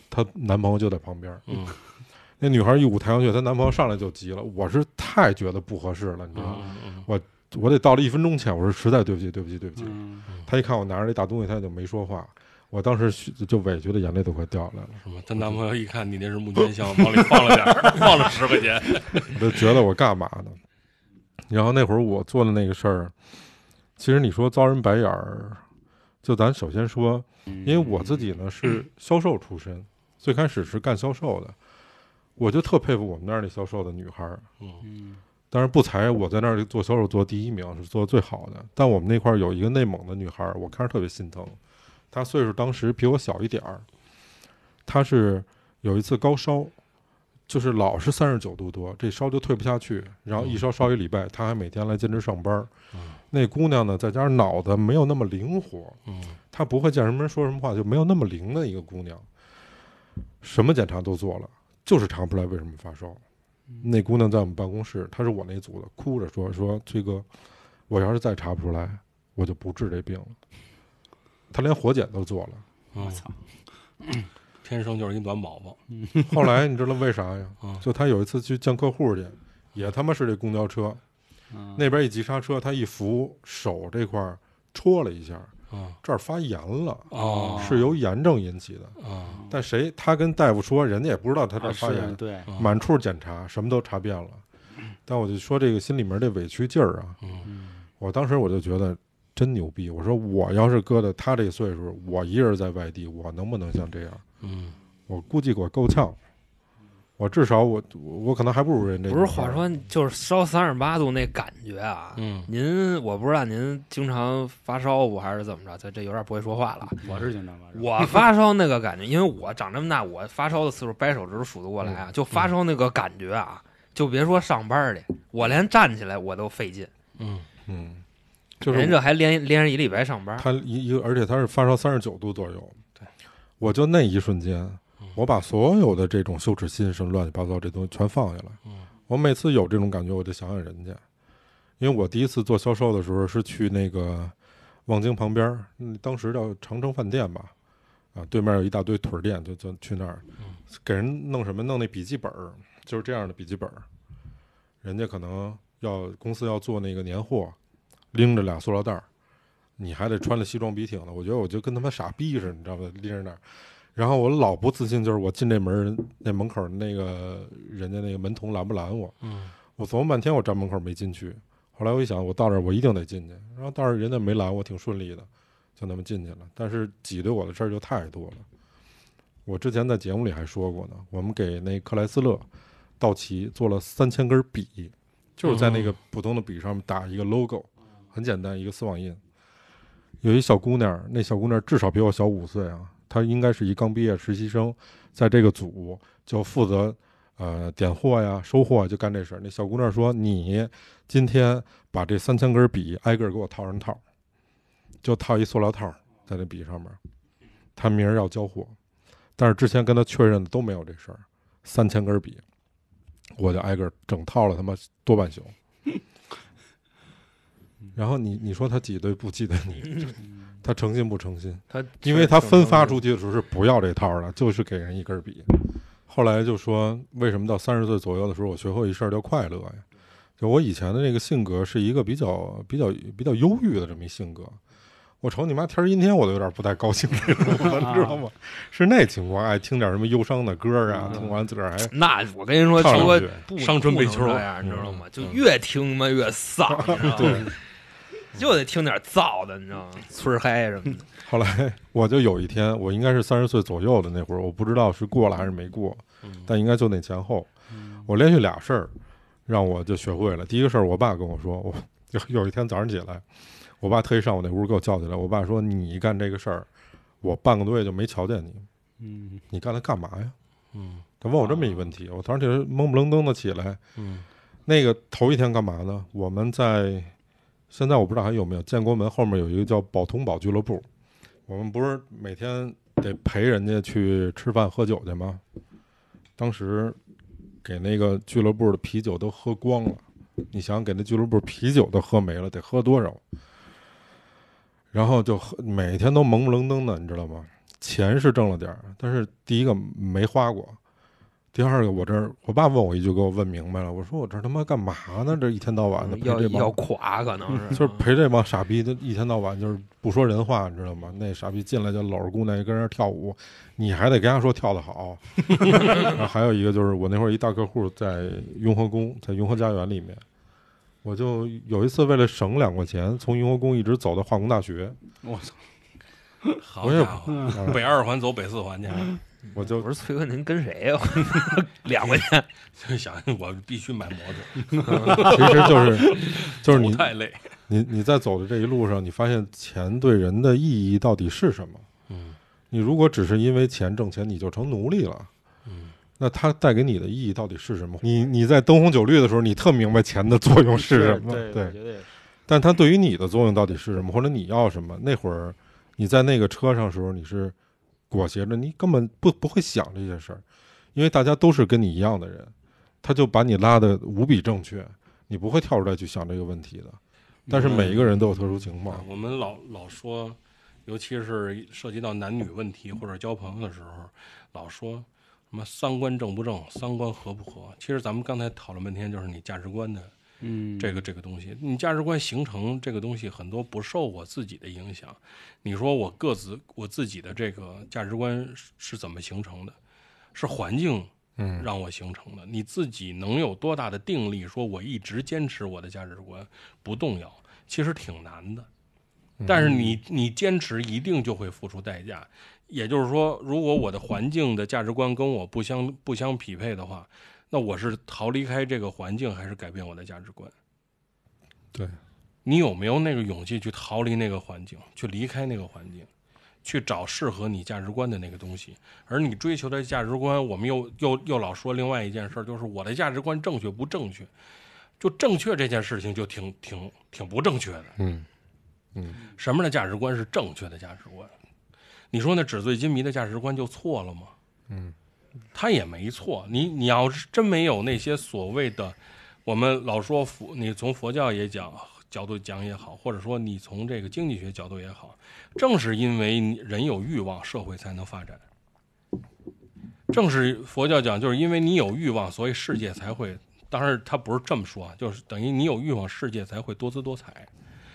她男朋友就在旁边，
嗯
那女孩一捂太阳穴，她男朋友上来就急了，我是太觉得不合适了，你知道吗？
嗯
我得到了一分钟前，我说实在对不起，对不起，对不起。
嗯
他一看我拿着这大东西，他就没说话。我当时虚就委屈的眼泪都快掉下来了，
什么？她男朋友一看你那是募捐箱，往里放了点 儿，放了十块钱。
我就觉得我干嘛呢？然后那会儿我做的那个事儿，其实你说遭人白眼儿，就咱首先说，因为我自己呢是销售出身，最开始是干销售的，我就特佩服我们那儿那销售的女孩儿，
嗯
嗯
当然不才，我在那儿做销售做第一名是做的最好的。但我们那块儿有一个内蒙的女孩儿，我看着特别心疼。她岁数当时比我小一点儿，她是有一次高烧，就是老是三十九度多，这烧就退不下去，然后一烧烧一礼拜，她还每天来兼职上班儿。那姑娘呢，再加上脑子没有那么灵活，
嗯
她不会见什么人说什么话，就没有那么灵的一个姑娘。什么检查都做了，就是查不出来为什么发烧。那姑娘在我们办公室，她是我那组的，哭着说说崔哥，我要是再查不出来，我就不治这病了。她连活检都做了。
我
嗯，
操，
天生就是一暖宝宝。
后来你知道为啥呀
嗯？
就她有一次去见客户去，也他妈是这公交车，
嗯
那边一急刹车，她一扶手这块儿戳了一下，
嗯
这儿发炎了，
哦
是由炎症引起的。
嗯
但谁他跟大夫说，人家也不知道他这
啊
儿发炎，
是对，
嗯
满处检查，什么都查遍了。但我就说这个心里面这委屈劲儿啊，
嗯
嗯
我当时我就觉得真牛逼。我说我要是搁到他这岁数，我一人在外地，我能不能像这样？
嗯
我估计我够呛，我至少我我我可能还不如人这。
不是，话，说就是烧三十八度那感觉啊。
嗯，
您我不知道您经常发烧不还是怎么着，这这有点不会说话了。
嗯我是经常发烧，
我发烧那个感觉，因为我长这么大，我发烧的次数掰手指头数得过来啊，就发烧那个感觉啊，就别说上班去，我连站起来我都费劲，
嗯
嗯，就
人
是
这还连连着一礼拜上班，
他一一个，而且他是发烧三十九度左右。
对，嗯
我就那一瞬间，我把所有的这种羞耻心什么乱七八糟这东西全放下来。
嗯
我每次有这种感觉，我就想想人家，因为我第一次做销售的时候是去那个望京旁边儿，嗯，当时叫长城饭店吧，啊，对面有一大堆腿儿店，就就去那儿，
嗯
给人弄什么弄那笔记本儿，就是这样的笔记本儿，人家可能要公司要做那个年货，拎着俩塑料袋儿，你还得穿着西装笔挺的，我觉得我就跟他妈傻逼似的，你知道吧？拎着那儿。然后我老不自信，就是我进这门儿，人那门口儿那个人家那个门童拦不拦我？
嗯
我琢磨半天，我站门口没进去。后来我一想，我到这儿我一定得进去。然后到这儿人家没拦我，挺顺利的，就那么进去了。但是挤兑我的事儿就太多了。我之前在节目里还说过呢，我们给那克莱斯勒、道奇做了三千根笔，就是在那个普通的笔上面打一个 logo，很简单，一个丝网印。有一小姑娘，那小姑娘至少比我小五岁啊，她应该是一刚毕业实习生，在这个组就负责呃点货呀、收货就干这事儿。那小姑娘说：“你今天把这三千根笔挨个儿给我套上套，就套一塑料套在那笔上面。她明儿要交货，但是之前跟她确认的都没有这事儿，三千根笔。我就挨个儿整套了他妈多半宿。然后你你说他挤兑不挤兑你？他诚心不诚心？
他
因为他分发出去的时候是不要这套的，就是给人一根笔。后来就说，为什么到三十岁左右的时候，我学会一事儿叫快乐呀？就我以前的那个性格是一个比较比较比较忧郁的这么一性格。我瞅你妈天儿阴天，我都有点不太高兴这种，你知道吗？是那情况，爱听点什么忧伤的歌儿啊，听完自个儿还
那我跟您说，
唱两
说
句
不
伤春悲秋
不能这样，你知道吗？
嗯
就越听嘛越丧，你知道吗？就得听点燥的，你知道吗？村儿嗨什么的。
后来 我就有一天，我应该是三十岁左右的那会儿，我不知道是过了还是没过，但应该就那前后，我连续俩事儿让我就学会了。第一个事儿，我爸跟我说，我 有有一天早上起来，我爸特意上我那屋给我叫起来，我爸说：“你干这个事儿，我半个多月就没瞧见你，
嗯
你干它干嘛呀
嗯？”
他问我这么一问题，我早上起来懵不愣登的起来，
嗯
那个头一天干嘛呢？我们在现在我不知道还有没有建国门后面有一个叫宝通宝俱乐部，我们不是每天得陪人家去吃饭喝酒去吗？当时给那个俱乐部的啤酒都喝光了，你想想给那俱乐部啤酒都喝没了，得喝多少？然后就喝每天都懵不愣登的，你知道吗？钱是挣了点儿，但是第一个没花过，第二个，我这儿我爸问我一句，给我问明白了。我说我这儿他妈干嘛呢？这一天到晚的陪
嗯要
这
要
帮，
垮，可
嗯
能是
就是陪这帮傻逼，就一天到晚就是不说人话，你知道吗？那傻逼进来就搂着姑娘跟人跳舞，你还得跟他说跳得 好。然后还有一个就是我那会儿一大客户在雍和宫，在雍和家园里面，我就有一次为了省两块钱，从雍和宫一直走到化工大学，
我操，
好家伙，
啊
北二环走北四环去啊，
我就
我说崔哥，您跟谁呀？ 两块钱，
就想我必须买摩托，
其实就是就是你
走太累。
你你在走的这一路上，你发现钱对人的意义到底是什么？
嗯，
你如果只是因为钱挣钱，你就成奴隶了。
嗯，
那它带给你的意义到底是什么？你你在灯红酒绿的时候，你特明白钱的作用是什么，
对，我觉得也是
但它对于你的作用到底是什么，或者你要什么？那会儿你在那个车上的时候，你是裹挟着，你根本不不会想这些事儿，因为大家都是跟你一样的人，他就把你拉的无比正确，你不会跳出来去想这个问题的。但是每一个人都有特殊情况，
我们老老说，尤其是涉及到男女问题或者交朋友的时候，老说什么三观正不正，三观合不合。其实咱们刚才讨论半天，就是你价值观的
嗯，
这个这个东西，你价值观形成这个东西很多不受我自己的影响。你说我各自我自己的这个价值观是是怎么形成的？是环境
嗯
让我形成的。你自己能有多大的定力？说我一直坚持我的价值观不动摇，其实挺难的。
嗯
但是你你坚持一定就会付出代价。也就是说，如果我的环境的价值观跟我不相不相匹配的话，那我是逃离开这个环境，还是改变我的价值观？
对，
你有没有那个勇气去逃离那个环境，去离开那个环境，去找适合你价值观的那个东西？而你追求的价值观，我们又又又老说另外一件事儿，就是我的价值观正确不正确？就正确这件事情就挺挺挺不正确的。
嗯，
什么样的价值观是正确的价值观？你说那纸醉金迷的价值观就错了吗？嗯，他也没错。你你要是真没有那些所谓的，我们老说佛，你从佛教也讲角度讲也好，或者说你从这个经济学角度也好，正是因为你人有欲望，社会才能发展。正是佛教讲，就是因为你有欲望，所以世界才会。当然，他不是这么说啊，就是等于你有欲望，世界才会多姿多彩，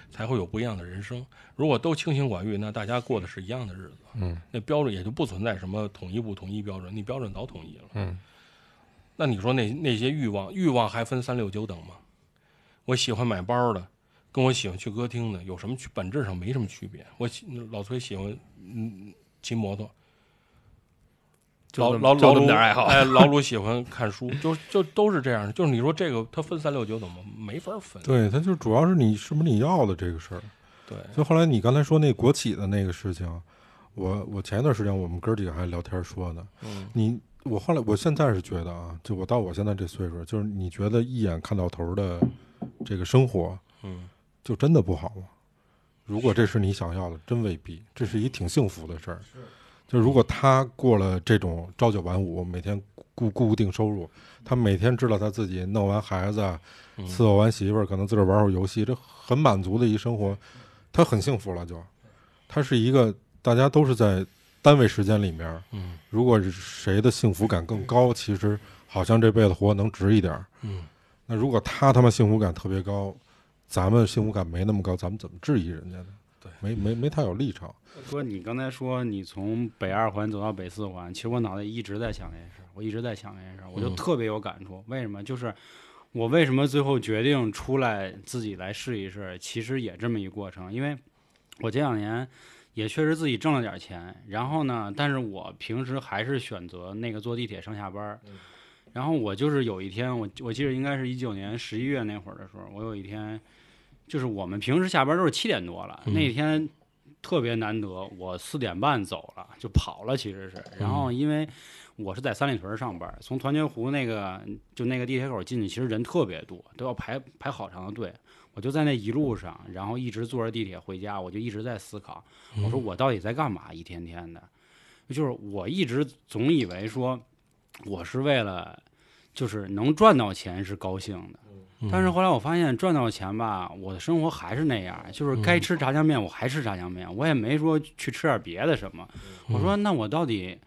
才会有不一样的人生。如果都清心寡欲，那大家过的是一样的日子，
嗯，
那标准也就不存在什么统一不统一标准，你标准早统一了，
嗯。
那你说那那些欲望，欲望还分三六九等吗？我喜欢买包的，跟我喜欢去歌厅的有什么区？本质上没什么区别。我喜老崔喜欢嗯骑摩托，老
就这么
老
就这
老鲁
么点爱好。
哎，老鲁喜欢看书，就就都是这样的。就是你说这个，它分三六九等吗？没法分。
对，它就主要是你是不是你要的这个事儿。
对
所以后来你刚才说那国企的那个事情，我我前一段时间我们哥几个还聊天说呢，
嗯
你我后来我现在是觉得啊，就我到我现在这岁数，就是你觉得一眼看到头儿的这个生活，
嗯，
就真的不好吗？如果这是你想要的，真未必，这是一挺幸福的事儿。就如果他过了这种朝九晚五，每天固固定收入，他每天知道他自己弄完孩子啊，
嗯
伺候完媳妇儿，可能自个儿玩会儿游戏，这很满足的一生活，他很幸福了就。他是一个大家都是在单位时间里面，
嗯
如果是谁的幸福感更高，其实好像这辈子活得能值一点儿。
嗯
那如果他他妈幸福感特别高，咱们幸福感没那么高，咱们怎么质疑人家呢？
对
没没没太有立场。
哥，你刚才说你从北二环走到北四环，其实我脑袋一直在想这件事儿，我一直在想这件事儿，我就
嗯
特别有感触。为什么？就是我为什么最后决定出来自己来试一试，其实也这么一过程。因为我这两年也确实自己挣了点钱，然后呢，但是我平时还是选择那个坐地铁上下班儿。然后我就是有一天，我我记得应该是一九年十一月那会儿的时候，我有一天，就是我们平时下班都是七点多了，
嗯
那天特别难得，我四点半走了就跑了，其实是。然后因为我是在三里屯上班，从团结湖那个就那个地铁口进去，其实人特别多，都要排排好长的队。我就在那一路上，然后一直坐着地铁回家，我就一直在思考，我说我到底在干嘛？一天天的，就是我一直总以为说我是为了就是能赚到钱是高兴的。
嗯
但是后来我发现赚到钱吧，我的生活还是那样，就是该吃炸酱面我还吃炸酱面，我也没说去吃点别的什么。我说那我到底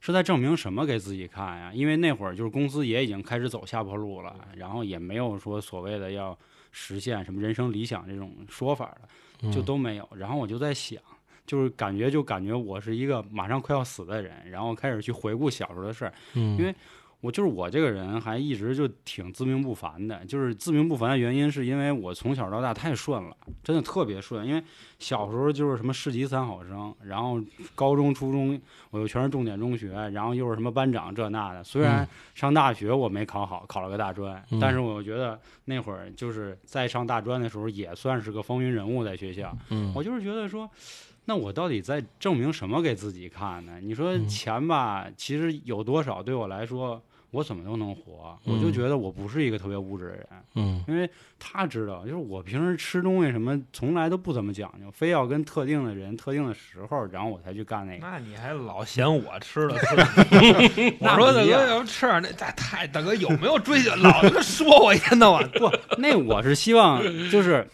是在证明什么给自己看呀？因为那会儿就是公司也已经开始走下坡路了，然后也没有说所谓的要实现什么人生理想这种说法了，
嗯
就都没有。然后我就在想。就是感觉，就感觉我是一个马上快要死的人，然后开始去回顾小时候的事儿，
嗯
因为我就是我这个人还一直就挺自命不凡的，就是自命不凡的原因是因为我从小到大太顺了，真的特别顺。因为小时候就是什么市级三好生，然后高中、初中我又全是重点中学，然后又是什么班长这那的。虽然
嗯
上大学我没考好，考了个大专，
嗯
但是我觉得那会儿就是在上大专的时候也算是个风云人物在学校。
嗯
我就是觉得说，那我到底在证明什么给自己看呢？你说
嗯
钱吧，其实有多少对我来说，我怎么都能活。我就
嗯
觉得我不是一个特别物质的人，
嗯
因为他知道，就是我平时吃东西什么从来都不怎么讲究，非要跟特定的人、特定的时候，然后我才去干那个。
那你还老嫌我吃 了特别多？我说大哥，要不吃点那太太大哥有没有追求？老他妈说我一天到晚，
不，那我是希望就是。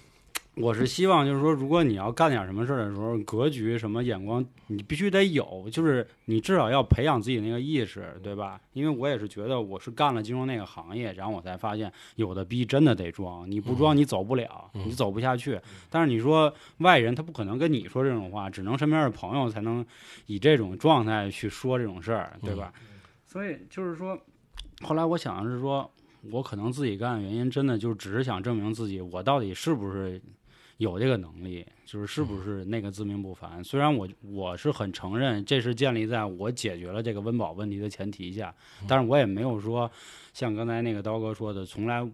我是希望，就是说，如果你要干点什么事儿的时候，格局什么眼光，你必须得有，就是你至少要培养自己那个意识，对吧？因为我也是觉得我是干了金融那个行业，然后我才发现有的逼真的得装，你不装你走不了，
嗯
你走不下去。但是你说外人他不可能跟你说这种话，只能身边的朋友才能以这种状态去说这种事儿，对吧？
嗯
嗯所以就是说，后来我想的是说，我可能自己干的原因，真的就只是想证明自己，我到底是不是有这个能力，就是是
嗯
不是那个自命不凡。虽然我我是很承认，这是建立在我解决了这个温饱问题的前提下，
嗯
但是我也没有说像刚才那个刀哥说的，从来。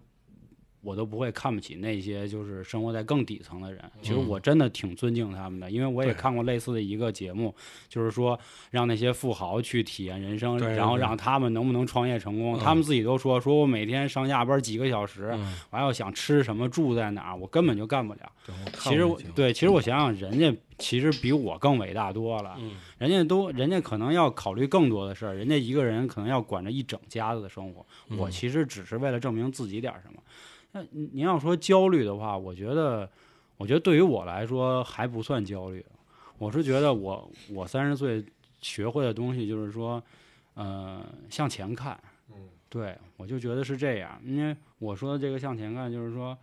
我都不会看不起那些就是生活在更底层的人。其实
嗯
我真的挺尊敬他们的，因为我也
对
看过类似的一个节目，就是说让那些富豪去体验人生，
对对
然后
对
让他们能不能创业成功。
嗯
他们自己都说，说我每天上下班几个小时，
嗯
我还要想吃什么、住在哪儿，我根本就干不了。
对我看
其实我
过那节目
对，其实我想想，人家其实比我更伟大多了。
嗯
人家都，人家可能要考虑更多的事儿，人家一个人可能要管着一整家子的生活。我
嗯
其实只是为了证明自己点儿什么。那你你要说焦虑的话，我觉得，我觉得对于我来说还不算焦虑。我是觉得我我三十岁学会的东西就是说，呃，向前看。
嗯
对，我就觉得是这样，因为我说的这个向前看，就是说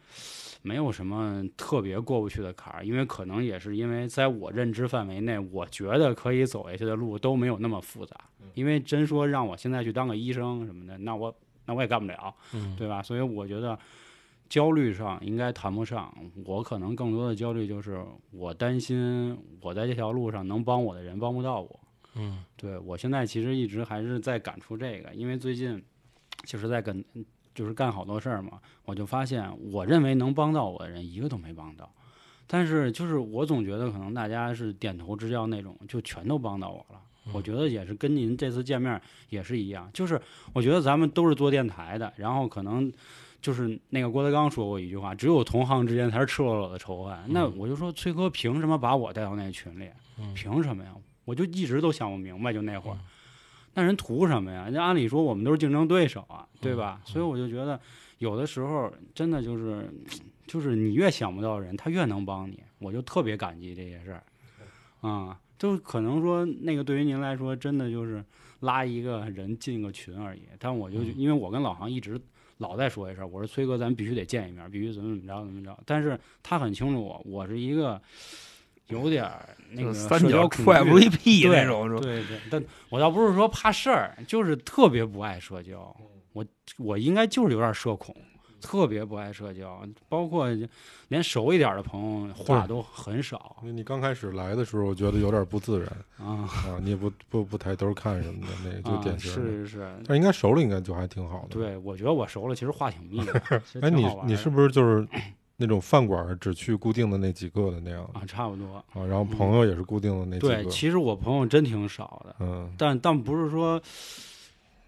没有什么特别过不去的坎儿，因为可能也是因为在我认知范围内，我觉得可以走下去的路都没有那么复杂。
嗯
因为真说让我现在去当个医生什么的，那我那我也干不了，
嗯
对吧？所以我觉得焦虑上应该谈不上，我可能更多的焦虑就是我担心我在这条路上能帮我的人帮不到我。
嗯
对我现在其实一直还是在感触这个，因为最近就是在跟就是干好多事儿嘛，我就发现我认为能帮到我的人一个都没帮到，但是就是我总觉得可能大家是点头之交那种，就全都帮到我了。我觉得也是跟您这次见面也是一样，就是我觉得咱们都是做电台的，然后可能就是那个郭德纲说过一句话，只有同行之间才是赤裸裸的仇恨。那我就说崔哥凭什么把我带到那群里？
嗯
凭什么呀？我就一直都想不明白，就那会儿。那人图什么呀？人家按理说我们都是竞争对手啊，对吧？所以我就觉得，有的时候真的就是，就是你越想不到人，他越能帮你，我就特别感激这些事儿，啊、就可能说那个对于您来说，真的就是拉一个人进个群而已。但我就、
嗯
因为我跟老航一直老在说一声，我说崔哥，咱必须得见一面，必须怎么怎么着怎么着。但是他很清楚我，我是一个有点儿 那
就
个
三
社
角
交恐
踹
惧
不一屁
对
那种，是吧
对对，但我倒不是说怕事儿，就是特别不爱社交。
嗯
我我应该就是有点社恐，特别不爱社交，包括连熟一点的朋友话
对
都很少
因为你刚开始来的时候，我觉得有点不自然
啊。
啊，你也不不不抬头看什么的，那就
啊
典型的。
是是是，
但应该熟了，应该就还挺好的。，
对我觉得我熟了，其实话挺密的其 实
哎，
挺
你
好玩
你
的
是不是就是那种饭馆儿只去固定的那几个的那样
啊，差不多。
啊？然后朋友也是固定的那
嗯对，
几个，
其实我朋友真挺少的，
嗯
但但不是说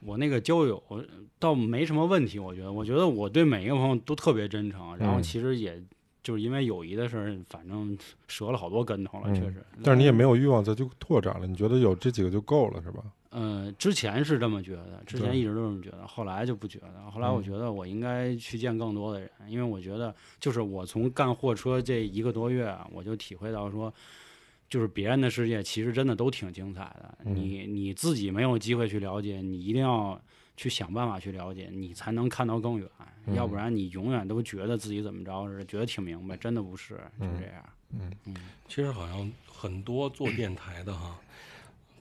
我那个交友呃倒没什么问题，我觉得，我觉得我对每一个朋友都特别真诚，然后
嗯
其实也就是因为友谊的事儿，反正折了好多跟头了，
嗯
确实。
但是你也没有欲望再去拓展了，你觉得有这几个就够了是吧？
呃，之前是这么觉得，之前
对
一直都这么觉得，后来就不觉得。后来
嗯
我觉得我应该去见更多的人，因为我觉得就是我从干货车这一个多月啊，我就体会到说，就是别人的世界其实真的都挺精彩的。
嗯
你你自己没有机会去了解，你一定要去想办法去了解，你才能看到更远。
嗯
要不然你永远都觉得自己怎么着似的，觉得挺明白，真的不是，就
嗯
这样。
嗯
其实好像很多做电台的哈，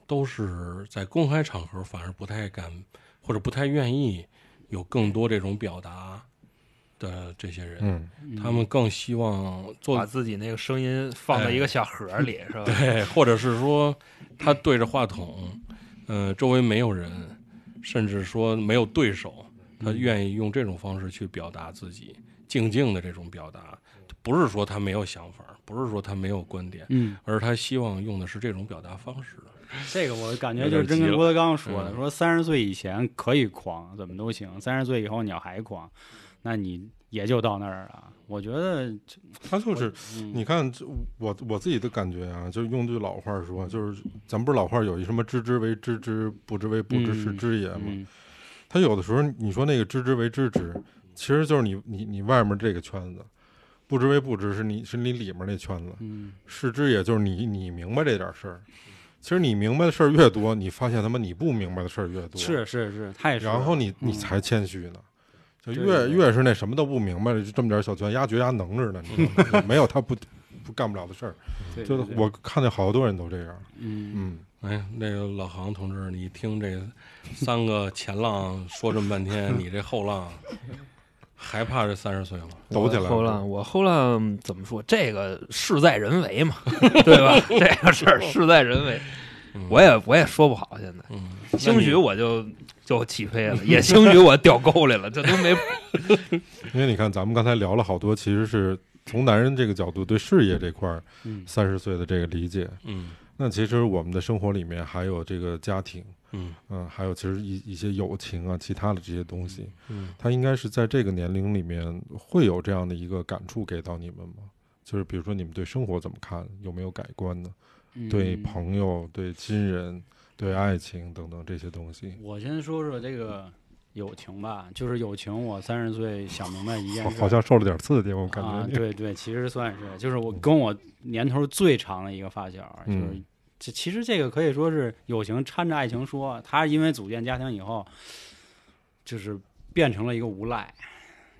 都是在公开场合反而不太敢或者不太愿意有更多这种表达的这些人，
嗯，
他们更希望
把
做
自己那个声音放在一个小盒儿里，是吧？
对， 或者是说他对着话筒，呃，周围没有人，甚至说没有对手，他愿意用这种方式去表达自己，静静的这种表达，不是说他没有想法，不是说他没有观点，
嗯，
而是他希望用的是这种表达方式。
这个我感觉
有
就
点
是真
急
跟
了
郭德纲说的，
嗯
说三十岁以前可以狂，怎么都行；三十岁以后你要还
嗯
狂，那你也就到那儿了。我觉得这，
他就是
嗯
你看，这我我自己的感觉啊，就用句老话说，就是咱不是老话有一什么“知之为知之，不知为不知，是知也”嘛。
嗯，
他有的时候你说那个“知之为知之”，其实就是你你你外面这个圈子，“不知为不知”是你是你里面那圈子，
嗯
是知也就是你你明白这点事儿。其实你明白的事儿越多，你发现他妈你不明白的事儿越多。
是是是，太是了
然后你你
嗯
才谦虚呢。就
对
越
对
越是那什么都不明白的，就这么点小圈，丫觉得丫能着呢，你知道吗？没有他不 不干不了的事儿。
对
就
对
是
对
我看见好多人都这样。
嗯
嗯，
哎，那个老航同志，你听这三个前浪说这么半天，你这后浪还怕这三十岁吗？
嗯
抖起来了
后浪，我后浪怎么说？这个事在人为 嘛，对吧？这个事儿事在人为，
嗯
我也我也说不好。现在
嗯，
兴许我就就起飞 了，也兴许我掉沟里了，这都没
因为你看，咱们刚才聊了好多，其实是从男人这个角度对事业这块儿
嗯
三十岁的这个理解。
嗯
那其实我们的生活里面还有这个家庭，
嗯
嗯，还有其实一一些友情啊，其他的这些东西，
嗯，
他应该是在这个年龄里面会有这样的一个感触给到你们吗？就是比如说你们对生活怎么看，有没有改观呢？
嗯
对朋友、对亲人、对爱情等等这些东西，
我先说说这个友情吧，就是友情，我三十岁想明白一件
好，
事
好
儿。
像受了点刺激，我感觉
啊，
你。
对对，其实算是，就是我跟我年头最长的一个发小，就是
嗯
这其实这个可以说是友情掺着爱情说，他因为组建家庭以后，就是变成了一个无赖，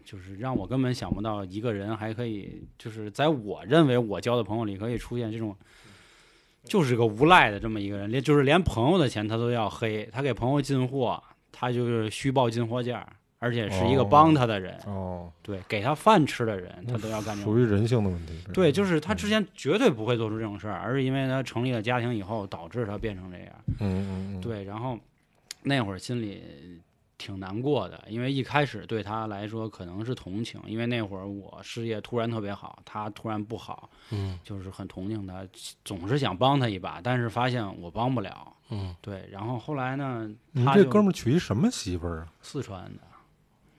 就是让我根本想不到一个人还可以，就是在我认为我交的朋友里可以出现这种。就是个无赖的这么一个人，连就是连朋友的钱他都要黑，他给朋友进货，他就是虚报进货价，而且是一个
哦
帮他的人，
哦，
对，给他饭吃的人，他都要干这种
属于人性的问题。
对，就是是他之前绝对不会做出这种事儿，而是因为他成立了家庭以后，导致他变成这样。
嗯嗯嗯，
对，然后那会儿心里挺难过的，因为一开始对他来说可能是同情，因为那会儿我事业突然特别好，他突然不好，
嗯
就是很同情他，总是想帮他一把，但是发现我帮不了。
嗯，
对，然后后来呢，
你
他
这
就
哥们儿娶一什么媳妇儿啊？
四川的，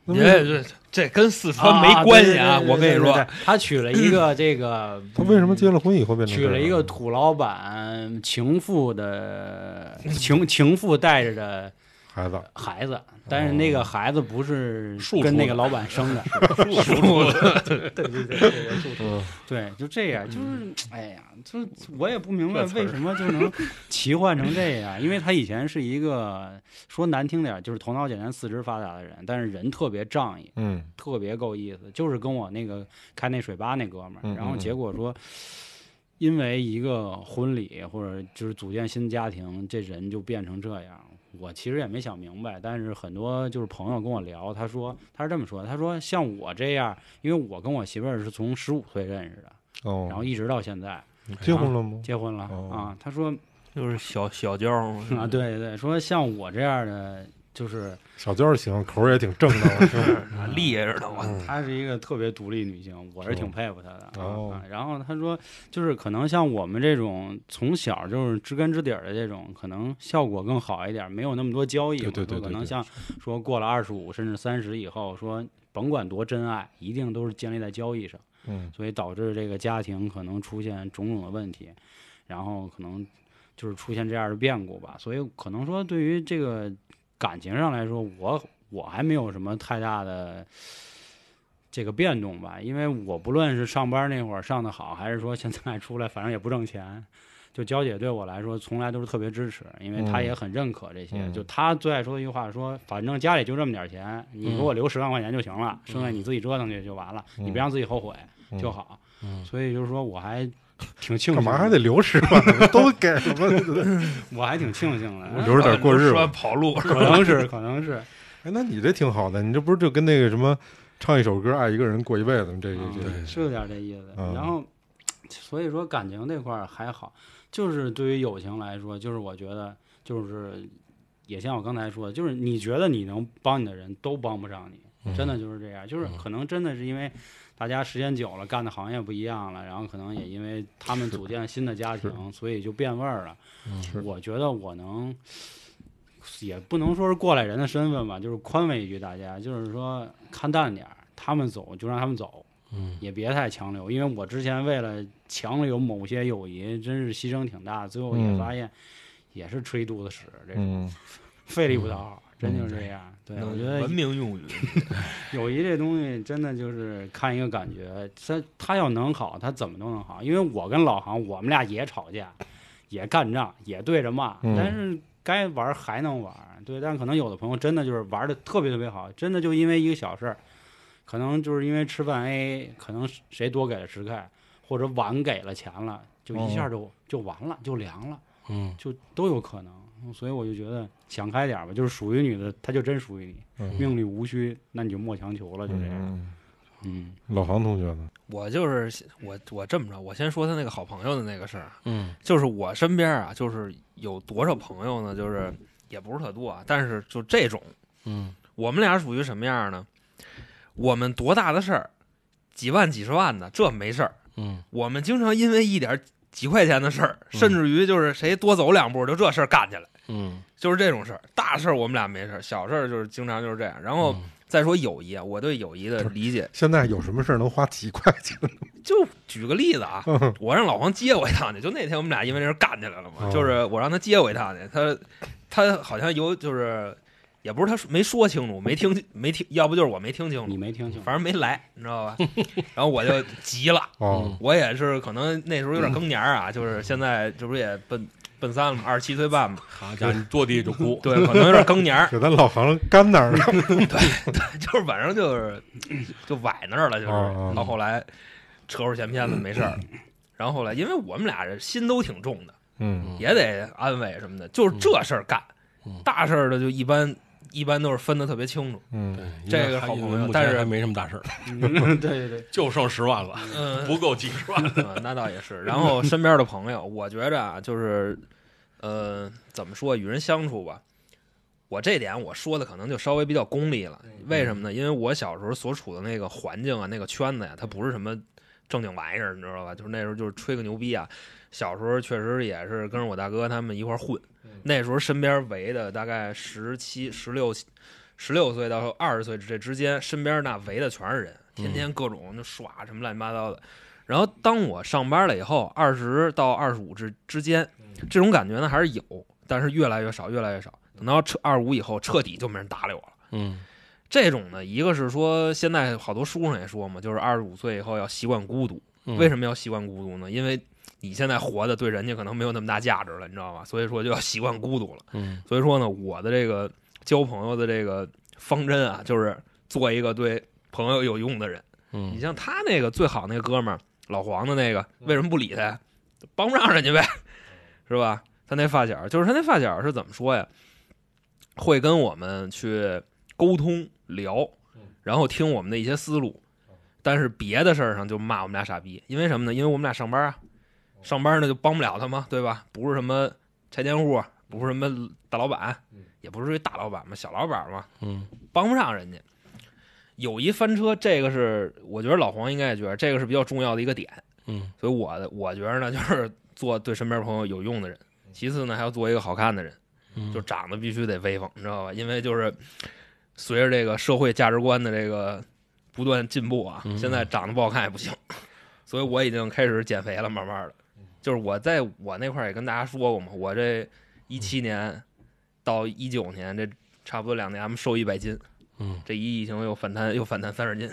那
您
为什么
这这跟四川没关系啊！我跟你说，，
他娶了一个这个，
他为什么结了婚以后变成
嗯娶
这
了
样
一
啊
个土老板情妇的情 情妇带着的
孩子？
孩子，但是那个孩子不是
哦庶
跟
出
那
的
个老板生 的，对对对对对庶出
嗯，
对，就这样，
嗯
就是哎呀，就是我也不明白为什么就能奇幻成这样，因为他以前是一个说难听点儿就是头脑简单、四肢发达的人，但是人特别仗义，
嗯
特别够意思，就是跟我那个开那水吧那哥们儿，
嗯
然后
嗯
结果说，因为一个婚礼或者就是组建新家庭，这人就变成这样。我其实也没想明白，但是很多就是朋友跟我聊，他说他是这么说，他说像我这样，因为我跟我媳妇儿是从十五岁认识的，
哦，
然后一直到现在
结婚了吗？
结婚了、
哦
啊。他说
就是 小小娇嘛
啊，
嗯
对对对，说像我这样的就是
小娇儿行，口儿也挺正的， 我听。
啊厉害着呢，我
嗯
她是一个特别独立女性，我是
是
挺
吗
佩服她的。
哦
啊，然后她说，就是可能像我们这种从小就是知根知底儿的这种，可能效果更好一点，没有那么多交易嘛。
对对对
说可
对
能
对
像说过了二十五甚至三十以后，说甭管多真爱，一定都是建立在交易上，
嗯，
所以导致这个家庭可能出现种种的问题，然后可能就是出现这样的变故吧。所以可能说对于这个感情上来说，我我还没有什么太大的这个变动吧，因为我不论是上班那会儿上的好，还是说现在出来，反正也不挣钱。就娇姐对我来说，从来都是特别支持，因为她
嗯
也很认可这些。
嗯
就她最爱说的一句话说：“反正家里就这么点儿钱，你给我留十万块钱就行了，剩下你自己折腾去就完了，你
嗯
别让自己后悔就好。所以就是说，我还挺庆幸，
干嘛还得？留十 万？都给什么？
我还挺庆幸的，
留着点过 日
说
子。
跑路
可能是，可能是。
哎，那你这挺好的，你这不是就跟那个什么唱一首歌爱一个人过一辈子吗？这这这，
嗯对
是有点这意思。
嗯
然后，所以说感情这块儿还好，就是对于友情来说，就是我觉得就是也像我刚才说的，就是你觉得你能帮你的人都帮不上你，真的
嗯
就是这样。就是可能真的是因为大家时间久了，干的行业不一样了，然后可能也因为他们组建新的家庭，所以就变味儿了。
嗯是
我觉得我能。也不能说是过来人的身份吧，就是宽慰一句大家，就是说看淡点儿，他们走就让他们走，
嗯
也别太强留，因为我之前为了强留某些友谊，真是牺牲挺大，最后也
嗯
发现也是吃一肚子屎，这种
嗯，
费力不讨好，真就是这样。对，我觉
嗯
得
文明用语，
友谊这东西真的就是看一个感觉，他他要能好，他怎么都能好。因为我跟老航，我们俩也吵架，也干仗，也对着骂，
嗯
但是该玩还能玩。对，但可能有的朋友真的就是玩的特别特别好，真的就因为一个小事儿，可能就是因为吃饭 A，可能谁多给了十块，或者晚给了钱了，就一下就、就完了，就凉了，
嗯，
就都有可能。所以我就觉得想开点儿吧，就是属于你的，他就真属于你。命里无需，那你就莫强求了，就这样。
嗯，
嗯，
老黄同学呢？
我就是我我这么着，我先说他那个好朋友的那个事儿，啊
嗯
就是我身边啊，就是有多少朋友呢？就是也不是特多啊，但是就这种，
嗯
我们俩属于什么样呢？我们多大的事儿，几万几十万的这没事儿，
嗯
我们经常因为一点几块钱的事儿，
嗯
甚至于就是谁多走两步，就这事儿干起来，
嗯，
就是这种事儿。大事儿我们俩没事儿，小事儿就是经常就是这样。然后
嗯
再说友谊啊，我对友谊的理解，
现在有什么事儿能花几块钱？
就举个例子啊，
嗯
我让老黄接我一趟去，就那天我们俩因为这事儿干起来了嘛，
哦
就是我让他接我一趟去，他他好像有就是也不是他没说清楚，没听没听，要不就是我没听清
嗯你
楚，
没听清，
反正没来，你知道吧？ 然后我就急了。
嗯
哦，
我也是可能那时候有点更年儿啊，就是现在这不是也奔奔三了嘛，二十七岁半嘛，
好家伙，你坐地就哭，
对，可能有点更年儿，
给咱老黄干哪儿了？
就是反正就是 就崴那儿
啊
了，就
哦
是
哦
到后来扯出闲篇子没事 儿，然后后来因为我们俩这心都挺重的，
嗯
也得安慰什么的，就是这事儿干
嗯，
大事儿的就一般一般都是分的特别清楚，
嗯，
对
这个好朋友
哎因为目前
但是
还没什么大事儿，
对嗯 对对，
就剩十万 了，
嗯，
不够几十万。
啊，那倒也是。然后身边的朋友，我觉着啊，就是，呃，怎么说，与人相处吧，我这点我说的可能就稍微比较功利了。为什么呢？因为我小时候所处的那个环境啊，那个圈子呀、它不是什么正经玩意儿，你知道吧？就是那时候就是吹个牛逼啊。小时候确实也是跟着我大哥他们一块儿混，那时候身边围的大概十七、十六、十六岁到二十岁这之间，身边那围的全是人，天天各种就耍什么乱七八糟的。然后当我上班了以后，二十到二十五之之间，这种感觉呢还是有，但是越来越少，越来越少。等到彻二五以后，彻底就没人搭理我了。
嗯
这种呢，一个是说现在好多书上也说嘛，就是二十五岁以后要习惯孤独。
嗯，
为什么要习惯孤独呢？因为你现在活的对人家可能没有那么大价值了，你知道吧？所以说就要习惯孤独了。
嗯
所以说呢，我的这个交朋友的这个方针啊，就是做一个对朋友有用的人。
嗯，
你像他那个最好那哥们儿老黄的那个，为什么不理他呀？帮不上人家呗， 是吧？他那发小，就是他那发小是怎么说呀？会跟我们去沟通聊，然后听我们的一些思路，但是别的事儿上就骂我们俩傻逼，因为什么呢？因为我们俩上班啊，上班呢就帮不了他嘛，对吧？不是什么拆迁户，啊不是什么大老板，也不是大老板嘛，小老板嘛，
嗯
帮不上人家。有一翻车，这个是我觉得老黄应该也觉得这个是比较重要的一个点，
嗯
所以我的我觉得呢，就是做对身边朋友有用的人。其次呢，还要做一个好看的人，
嗯，
就长得必须得威风，你知道吧？因为就是随着这个社会价值观的这个不断进步啊，
嗯
现在长得不好看也不行，所以我已经开始减肥了，慢慢的。
嗯
就是我在我那块儿也跟大家说过嘛，我这一
嗯
七年到一九年这差不多两年，咱们瘦一百斤，
嗯，
这一疫情又反弹又反弹三十斤，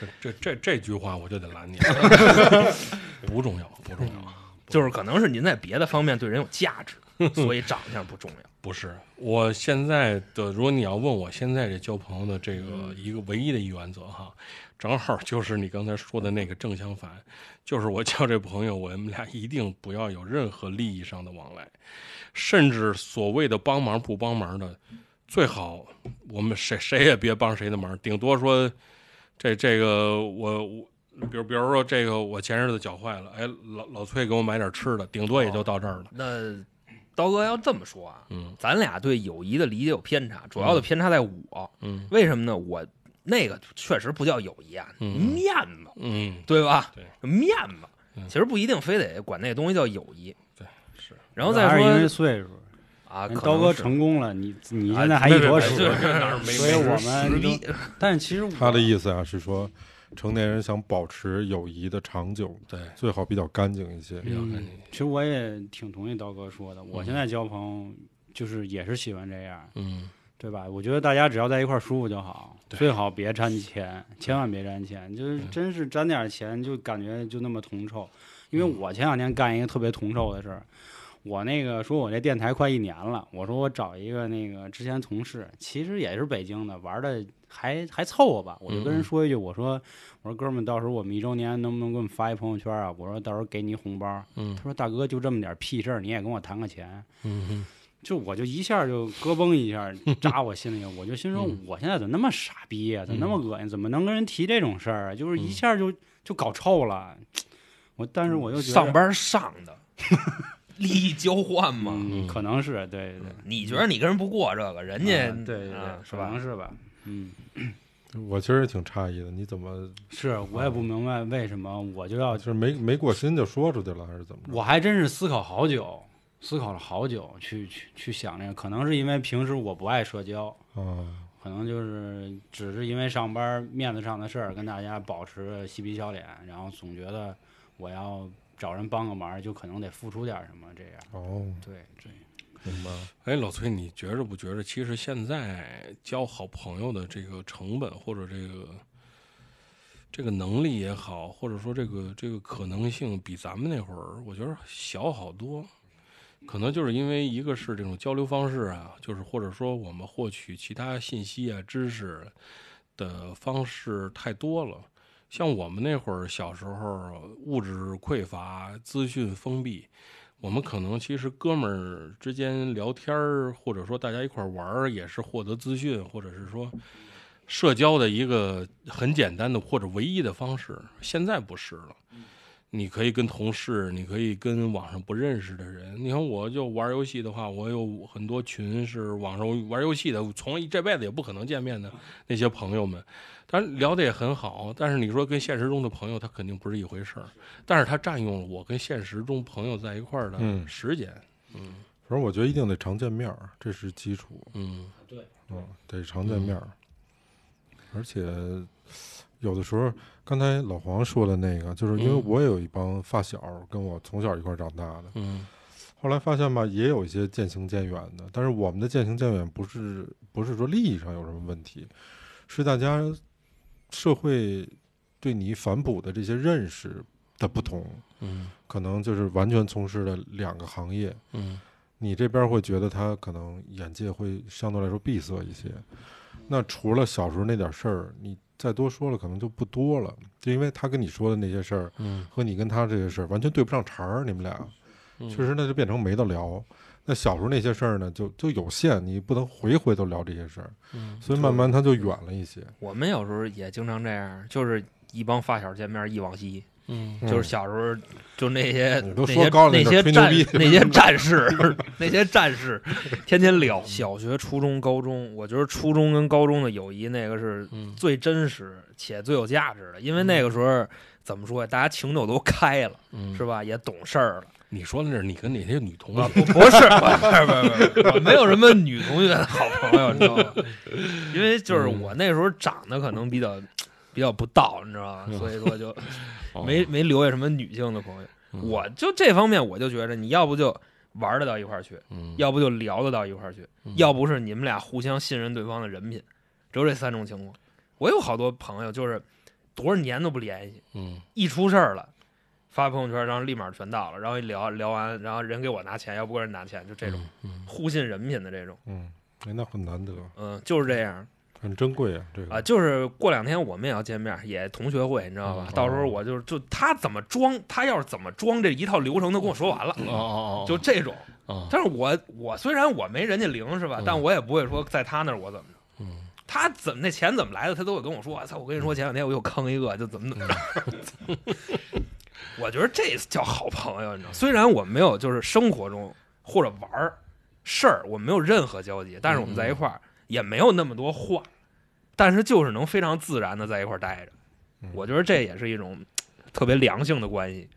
这这这这句话我就得拦你，不重要，不重要，
就是可能是您在别的方面对人有价值， 所以长相不重要。
不是。我现在的，如果你要问我现在这交朋友的这个一个唯一的一原则哈，正好就是你刚才说的那个正相反，就是我交这朋友，我们俩一定不要有任何利益上的往来，甚至所谓的帮忙不帮忙的，最好我们谁谁也别帮谁的忙，顶多说这这个我我。比如，比如说这个，我前日子脚坏了，哎，老老崔给我买点吃的，顶多也就到这儿了。
那刀哥要这么说啊，
嗯
咱俩对友谊的理解有偏差，主要的偏差在我，
嗯
为什么呢？我那个确实不叫友谊啊，
嗯
面子，
嗯，
对吧？
对
面子
嗯，
其实不一定非得管那东西叫友谊。
对，是。
然后
还
再
是因为
说
岁数，
啊，可能
刀哥
是
成功了，你你
啊
现在还
没
一
没
坨
没
屎，
就是那是没
所以我
实
们
力
就，但其实我
他的意思啊是说，成年人想保持友谊的长久，
对，
最好比较干净一些。
比较干
嗯
净。
其实我也挺同意刀哥说的，我
嗯
现在交朋友就是也是喜欢这样，
嗯
对吧？我觉得大家只要在一块儿舒服就好，
对
最好别沾钱，千万别沾钱。就是
嗯
真是沾点钱，就感觉就那么铜臭。因
嗯
为我前两天干一个特别铜臭的事儿，我那个说我这电台快一年了，我说我找一个那个之前同事，其实也是北京的，玩的还还凑合吧。我就跟
嗯
人说一句，我说我说哥们儿，到时候我们一周年能不能给我们发一朋友圈啊？我说到时候给你一红包。
嗯
他说大哥就这么点屁事儿，你也跟我谈个钱。
嗯
就我就一下就咯嘣一下扎我心里，我就心说
嗯
我现在怎么那么傻逼呀、怎么那么恶心？怎么能跟人提这种事儿啊？就是一下就就搞臭了。我但是我又觉得
上班上 的利益交换嘛。
嗯，可能是对对
你觉得你跟人不过这个，人
对，
家
啊对对对
啊，是
可
吧
能？是吧？嗯，
我其实也挺诧异的，你怎么
是我也不明白为什么我就要
就是没没过心就说出去了，还是怎么着？
我还真是思考好久，思考了好久去去去想这个，可能是因为平时我不爱社交，
啊，
可能就是只是因为上班面子上的事儿，跟大家保持嬉皮笑脸，然后总觉得我要找人帮个忙，就可能得付出点什么这样。
哦，
对对，
明白了。
哎，老崔，你觉着不觉着？其实现在交好朋友的这个成本，或者这个这个能力也好，或者说这个这个可能性，比咱们那会儿我觉得小好多。可能就是因为一个是这种交流方式啊，就是或者说我们获取其他信息啊、知识的方式太多了。像我们那会儿小时候，物质匮乏，资讯封闭，我们可能其实哥们儿之间聊天儿，或者说大家一块儿玩儿，也是获得资讯，或者是说社交的一个很简单的或者唯一的方式。现在不是了，你可以跟同事，你可以跟网上不认识的人。你看，我就玩游戏的话，我有很多群是网上玩游戏的，从这辈子也不可能见面的那些朋友们，当然聊得也很好，但是你说跟现实中的朋友，他肯定不是一回事儿。但是他占用了我跟现实中朋友在一块儿的
嗯
时间。
反正我觉得一定得常见面儿，这是基础，
嗯，
嗯，得常见面儿。而且有的时候，刚才老黄说的那个，就是因为
嗯
我也有一帮发小跟我从小一块儿长大的，
嗯，
后来发现吧，也有一些渐行渐远的，但是我们的渐行渐远不是不是说利益上有什么问题，是大家社会对你反哺的这些认识的不同，
嗯，
可能就是完全从事了两个行业，
嗯，
你这边会觉得他可能眼界会相对来说闭塞一些。那除了小时候那点事儿，你再多说了可能就不多了，就因为他跟你说的那些事儿
嗯，
和你跟他这些事儿完全对不上茬儿，你们俩。
嗯
确，实那就变成没得聊。那小时候那些事儿呢，就就有限，你不能回回都聊这些事儿，
嗯，
所以慢慢它就远了一些。
我们有时候也经常这样，就是一帮发小见面忆往昔，
嗯，
就是小时候就那些
你
那
都说
些
高了
那
你就
些
吹牛
战
逼
那 些战士那些战士，天天聊。小学、初中、高中，我觉得初中跟高中的友谊那个是
嗯，
最真实且最有价值的，因为那个时候怎么说呀，大家情窦都开了，
嗯，
是吧？也懂事儿了。
你说的是你跟哪些女同
啊，
学？
不不是，不是不是不是， 我没有什么女同学的好朋友，你知道 吗？因为就是我那时候长得可能比较比较不道，你知道吗？所以 说就没没留下什么女性的朋友。
嗯，
我就这方面，我就觉着你要不就玩得到一块儿去，
嗯
要不就聊得到一块儿去，
嗯
要不是你们俩互相信任对方的人品，只有这三种情况。我有好多朋友就是多少年都不联系，
嗯
一出事儿了，发朋友圈，然后立马全到了，然后一聊聊完，然后人给我拿钱，要不给人拿钱，就这种、
嗯
互信人品的这种，
嗯，哎，那很难得，
嗯，就是这样
很珍贵啊，这个
啊。就是过两天我们也要见面，也同学会，你知道吧？
嗯
到时
哦
候我就就他怎么装，他要是怎么装这一套流程都跟我说完了，
哦哦哦，
就这种。
啊，
但是我我虽然我没人家灵是吧，
嗯
但我也不会说在他那儿我怎么着。
嗯
他怎么那钱怎么来的？他都会跟我说。我操！我跟你说，前两天我又坑一个，就怎么怎么着。
嗯
我觉得这叫好朋友，你知道。虽然我没有就是生活中或者玩儿事儿，我没有任何交集，但是我们在
嗯
一块儿也没有那么多话，但是就是能非常自然的在一块儿待着
嗯。
我觉得这也是一种特别良性的关系。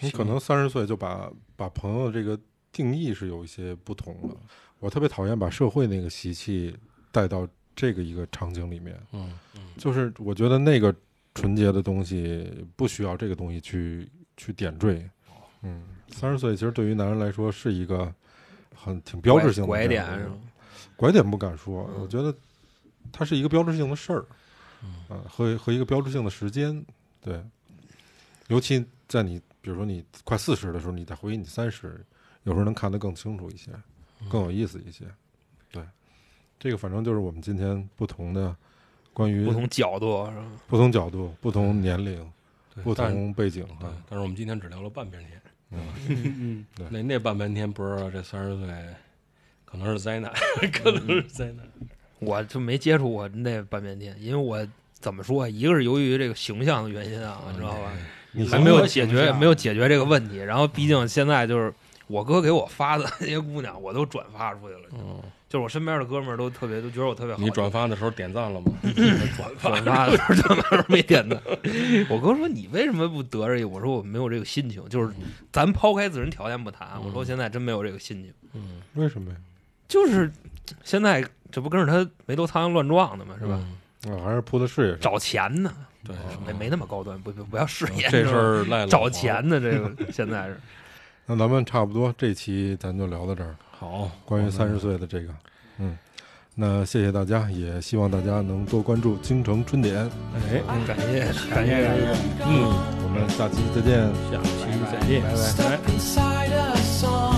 你可能三十岁就把把朋友这个定义是有一些不同
嗯
了。我特别讨厌把社会那个习气带到这个一个场景里面，
嗯
就是我觉得那个纯洁的东西不需要这个东西去去点缀。
哦
嗯，三十岁其实对于男人来说是一个很挺标志性的
拐拐
这
点
样的
是吧？
拐点不敢说，
嗯
我觉得它是一个标志性的事儿，
嗯
啊，和和一个标志性的时间，对，尤其在你比如说你快四十的时候，你再回忆你三十，有时候能看得更清楚一些，
嗯
更有意思一些，对，这个反正就是我们今天不同的关于
不同角度是吧？
不同角度、不同年龄、
嗯
对
不
但是
同背景
对
啊，，
但是我们今天只聊了半边天，
嗯
那那半边天不知道这三十岁可能是灾难， 可能是灾难。
我就没接触过那半边天，因为我怎么说，啊一个是由于这个形象的原因啊，你知道吧？
你
还
先
没有
多
解
形
决，
象
没有解决这个问题。然后，毕竟现在就是我哥给我发的那些姑娘，我都转发出去了，
嗯，
就是我身边的哥们儿都特别，都觉得我特别好。
你转发的时候点赞了吗？
嗯
转发，
转发的时候，转发的时候没点赞。我哥说：“你为什么不得意？”我说：“我没有这个心情。”就是咱抛开自身条件不谈，啊我说我现在真没有这个心情。
嗯，
为什么呀？
就是现在这不跟着他没头苍蝇乱撞的嘛，是吧？
嗯？
啊，还是铺的事业上，
找钱呢，
对，
没没那么高端，不不不要事业
哦这
是吧
事儿赖了
哦找
我
钱的这个现在是
那咱们差不多这期咱就聊到这儿。
好，
关于
我们
三十岁的这个，嗯，那谢谢大家，也希望大家能多关注京城春点，
哎，
嗯感谢
感谢感谢。
嗯，
我们下期再见。
下期再见，拜拜。
stuck inside a song.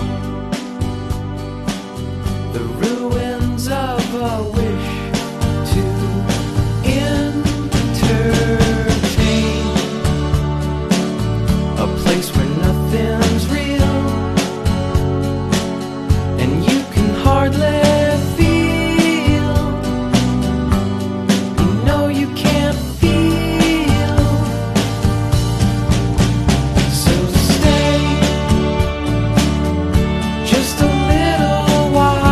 The ruins of a wish to entertain. A place where nothing's real. And you can hardly feel. You know you can't feel. So stay just a little while.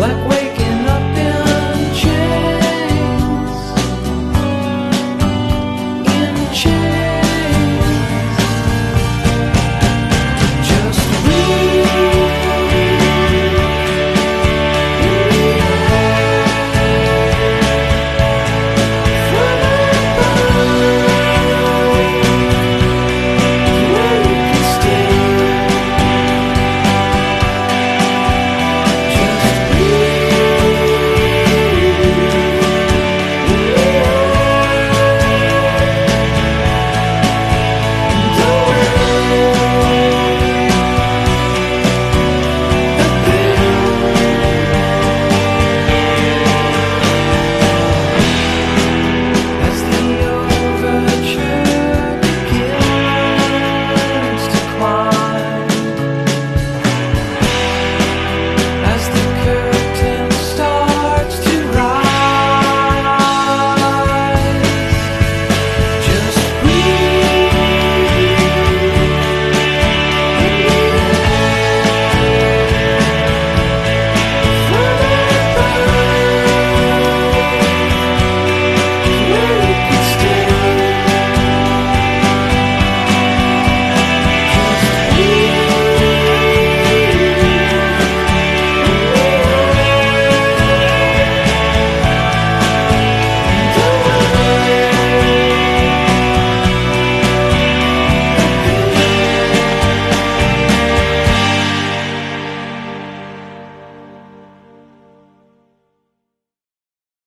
wake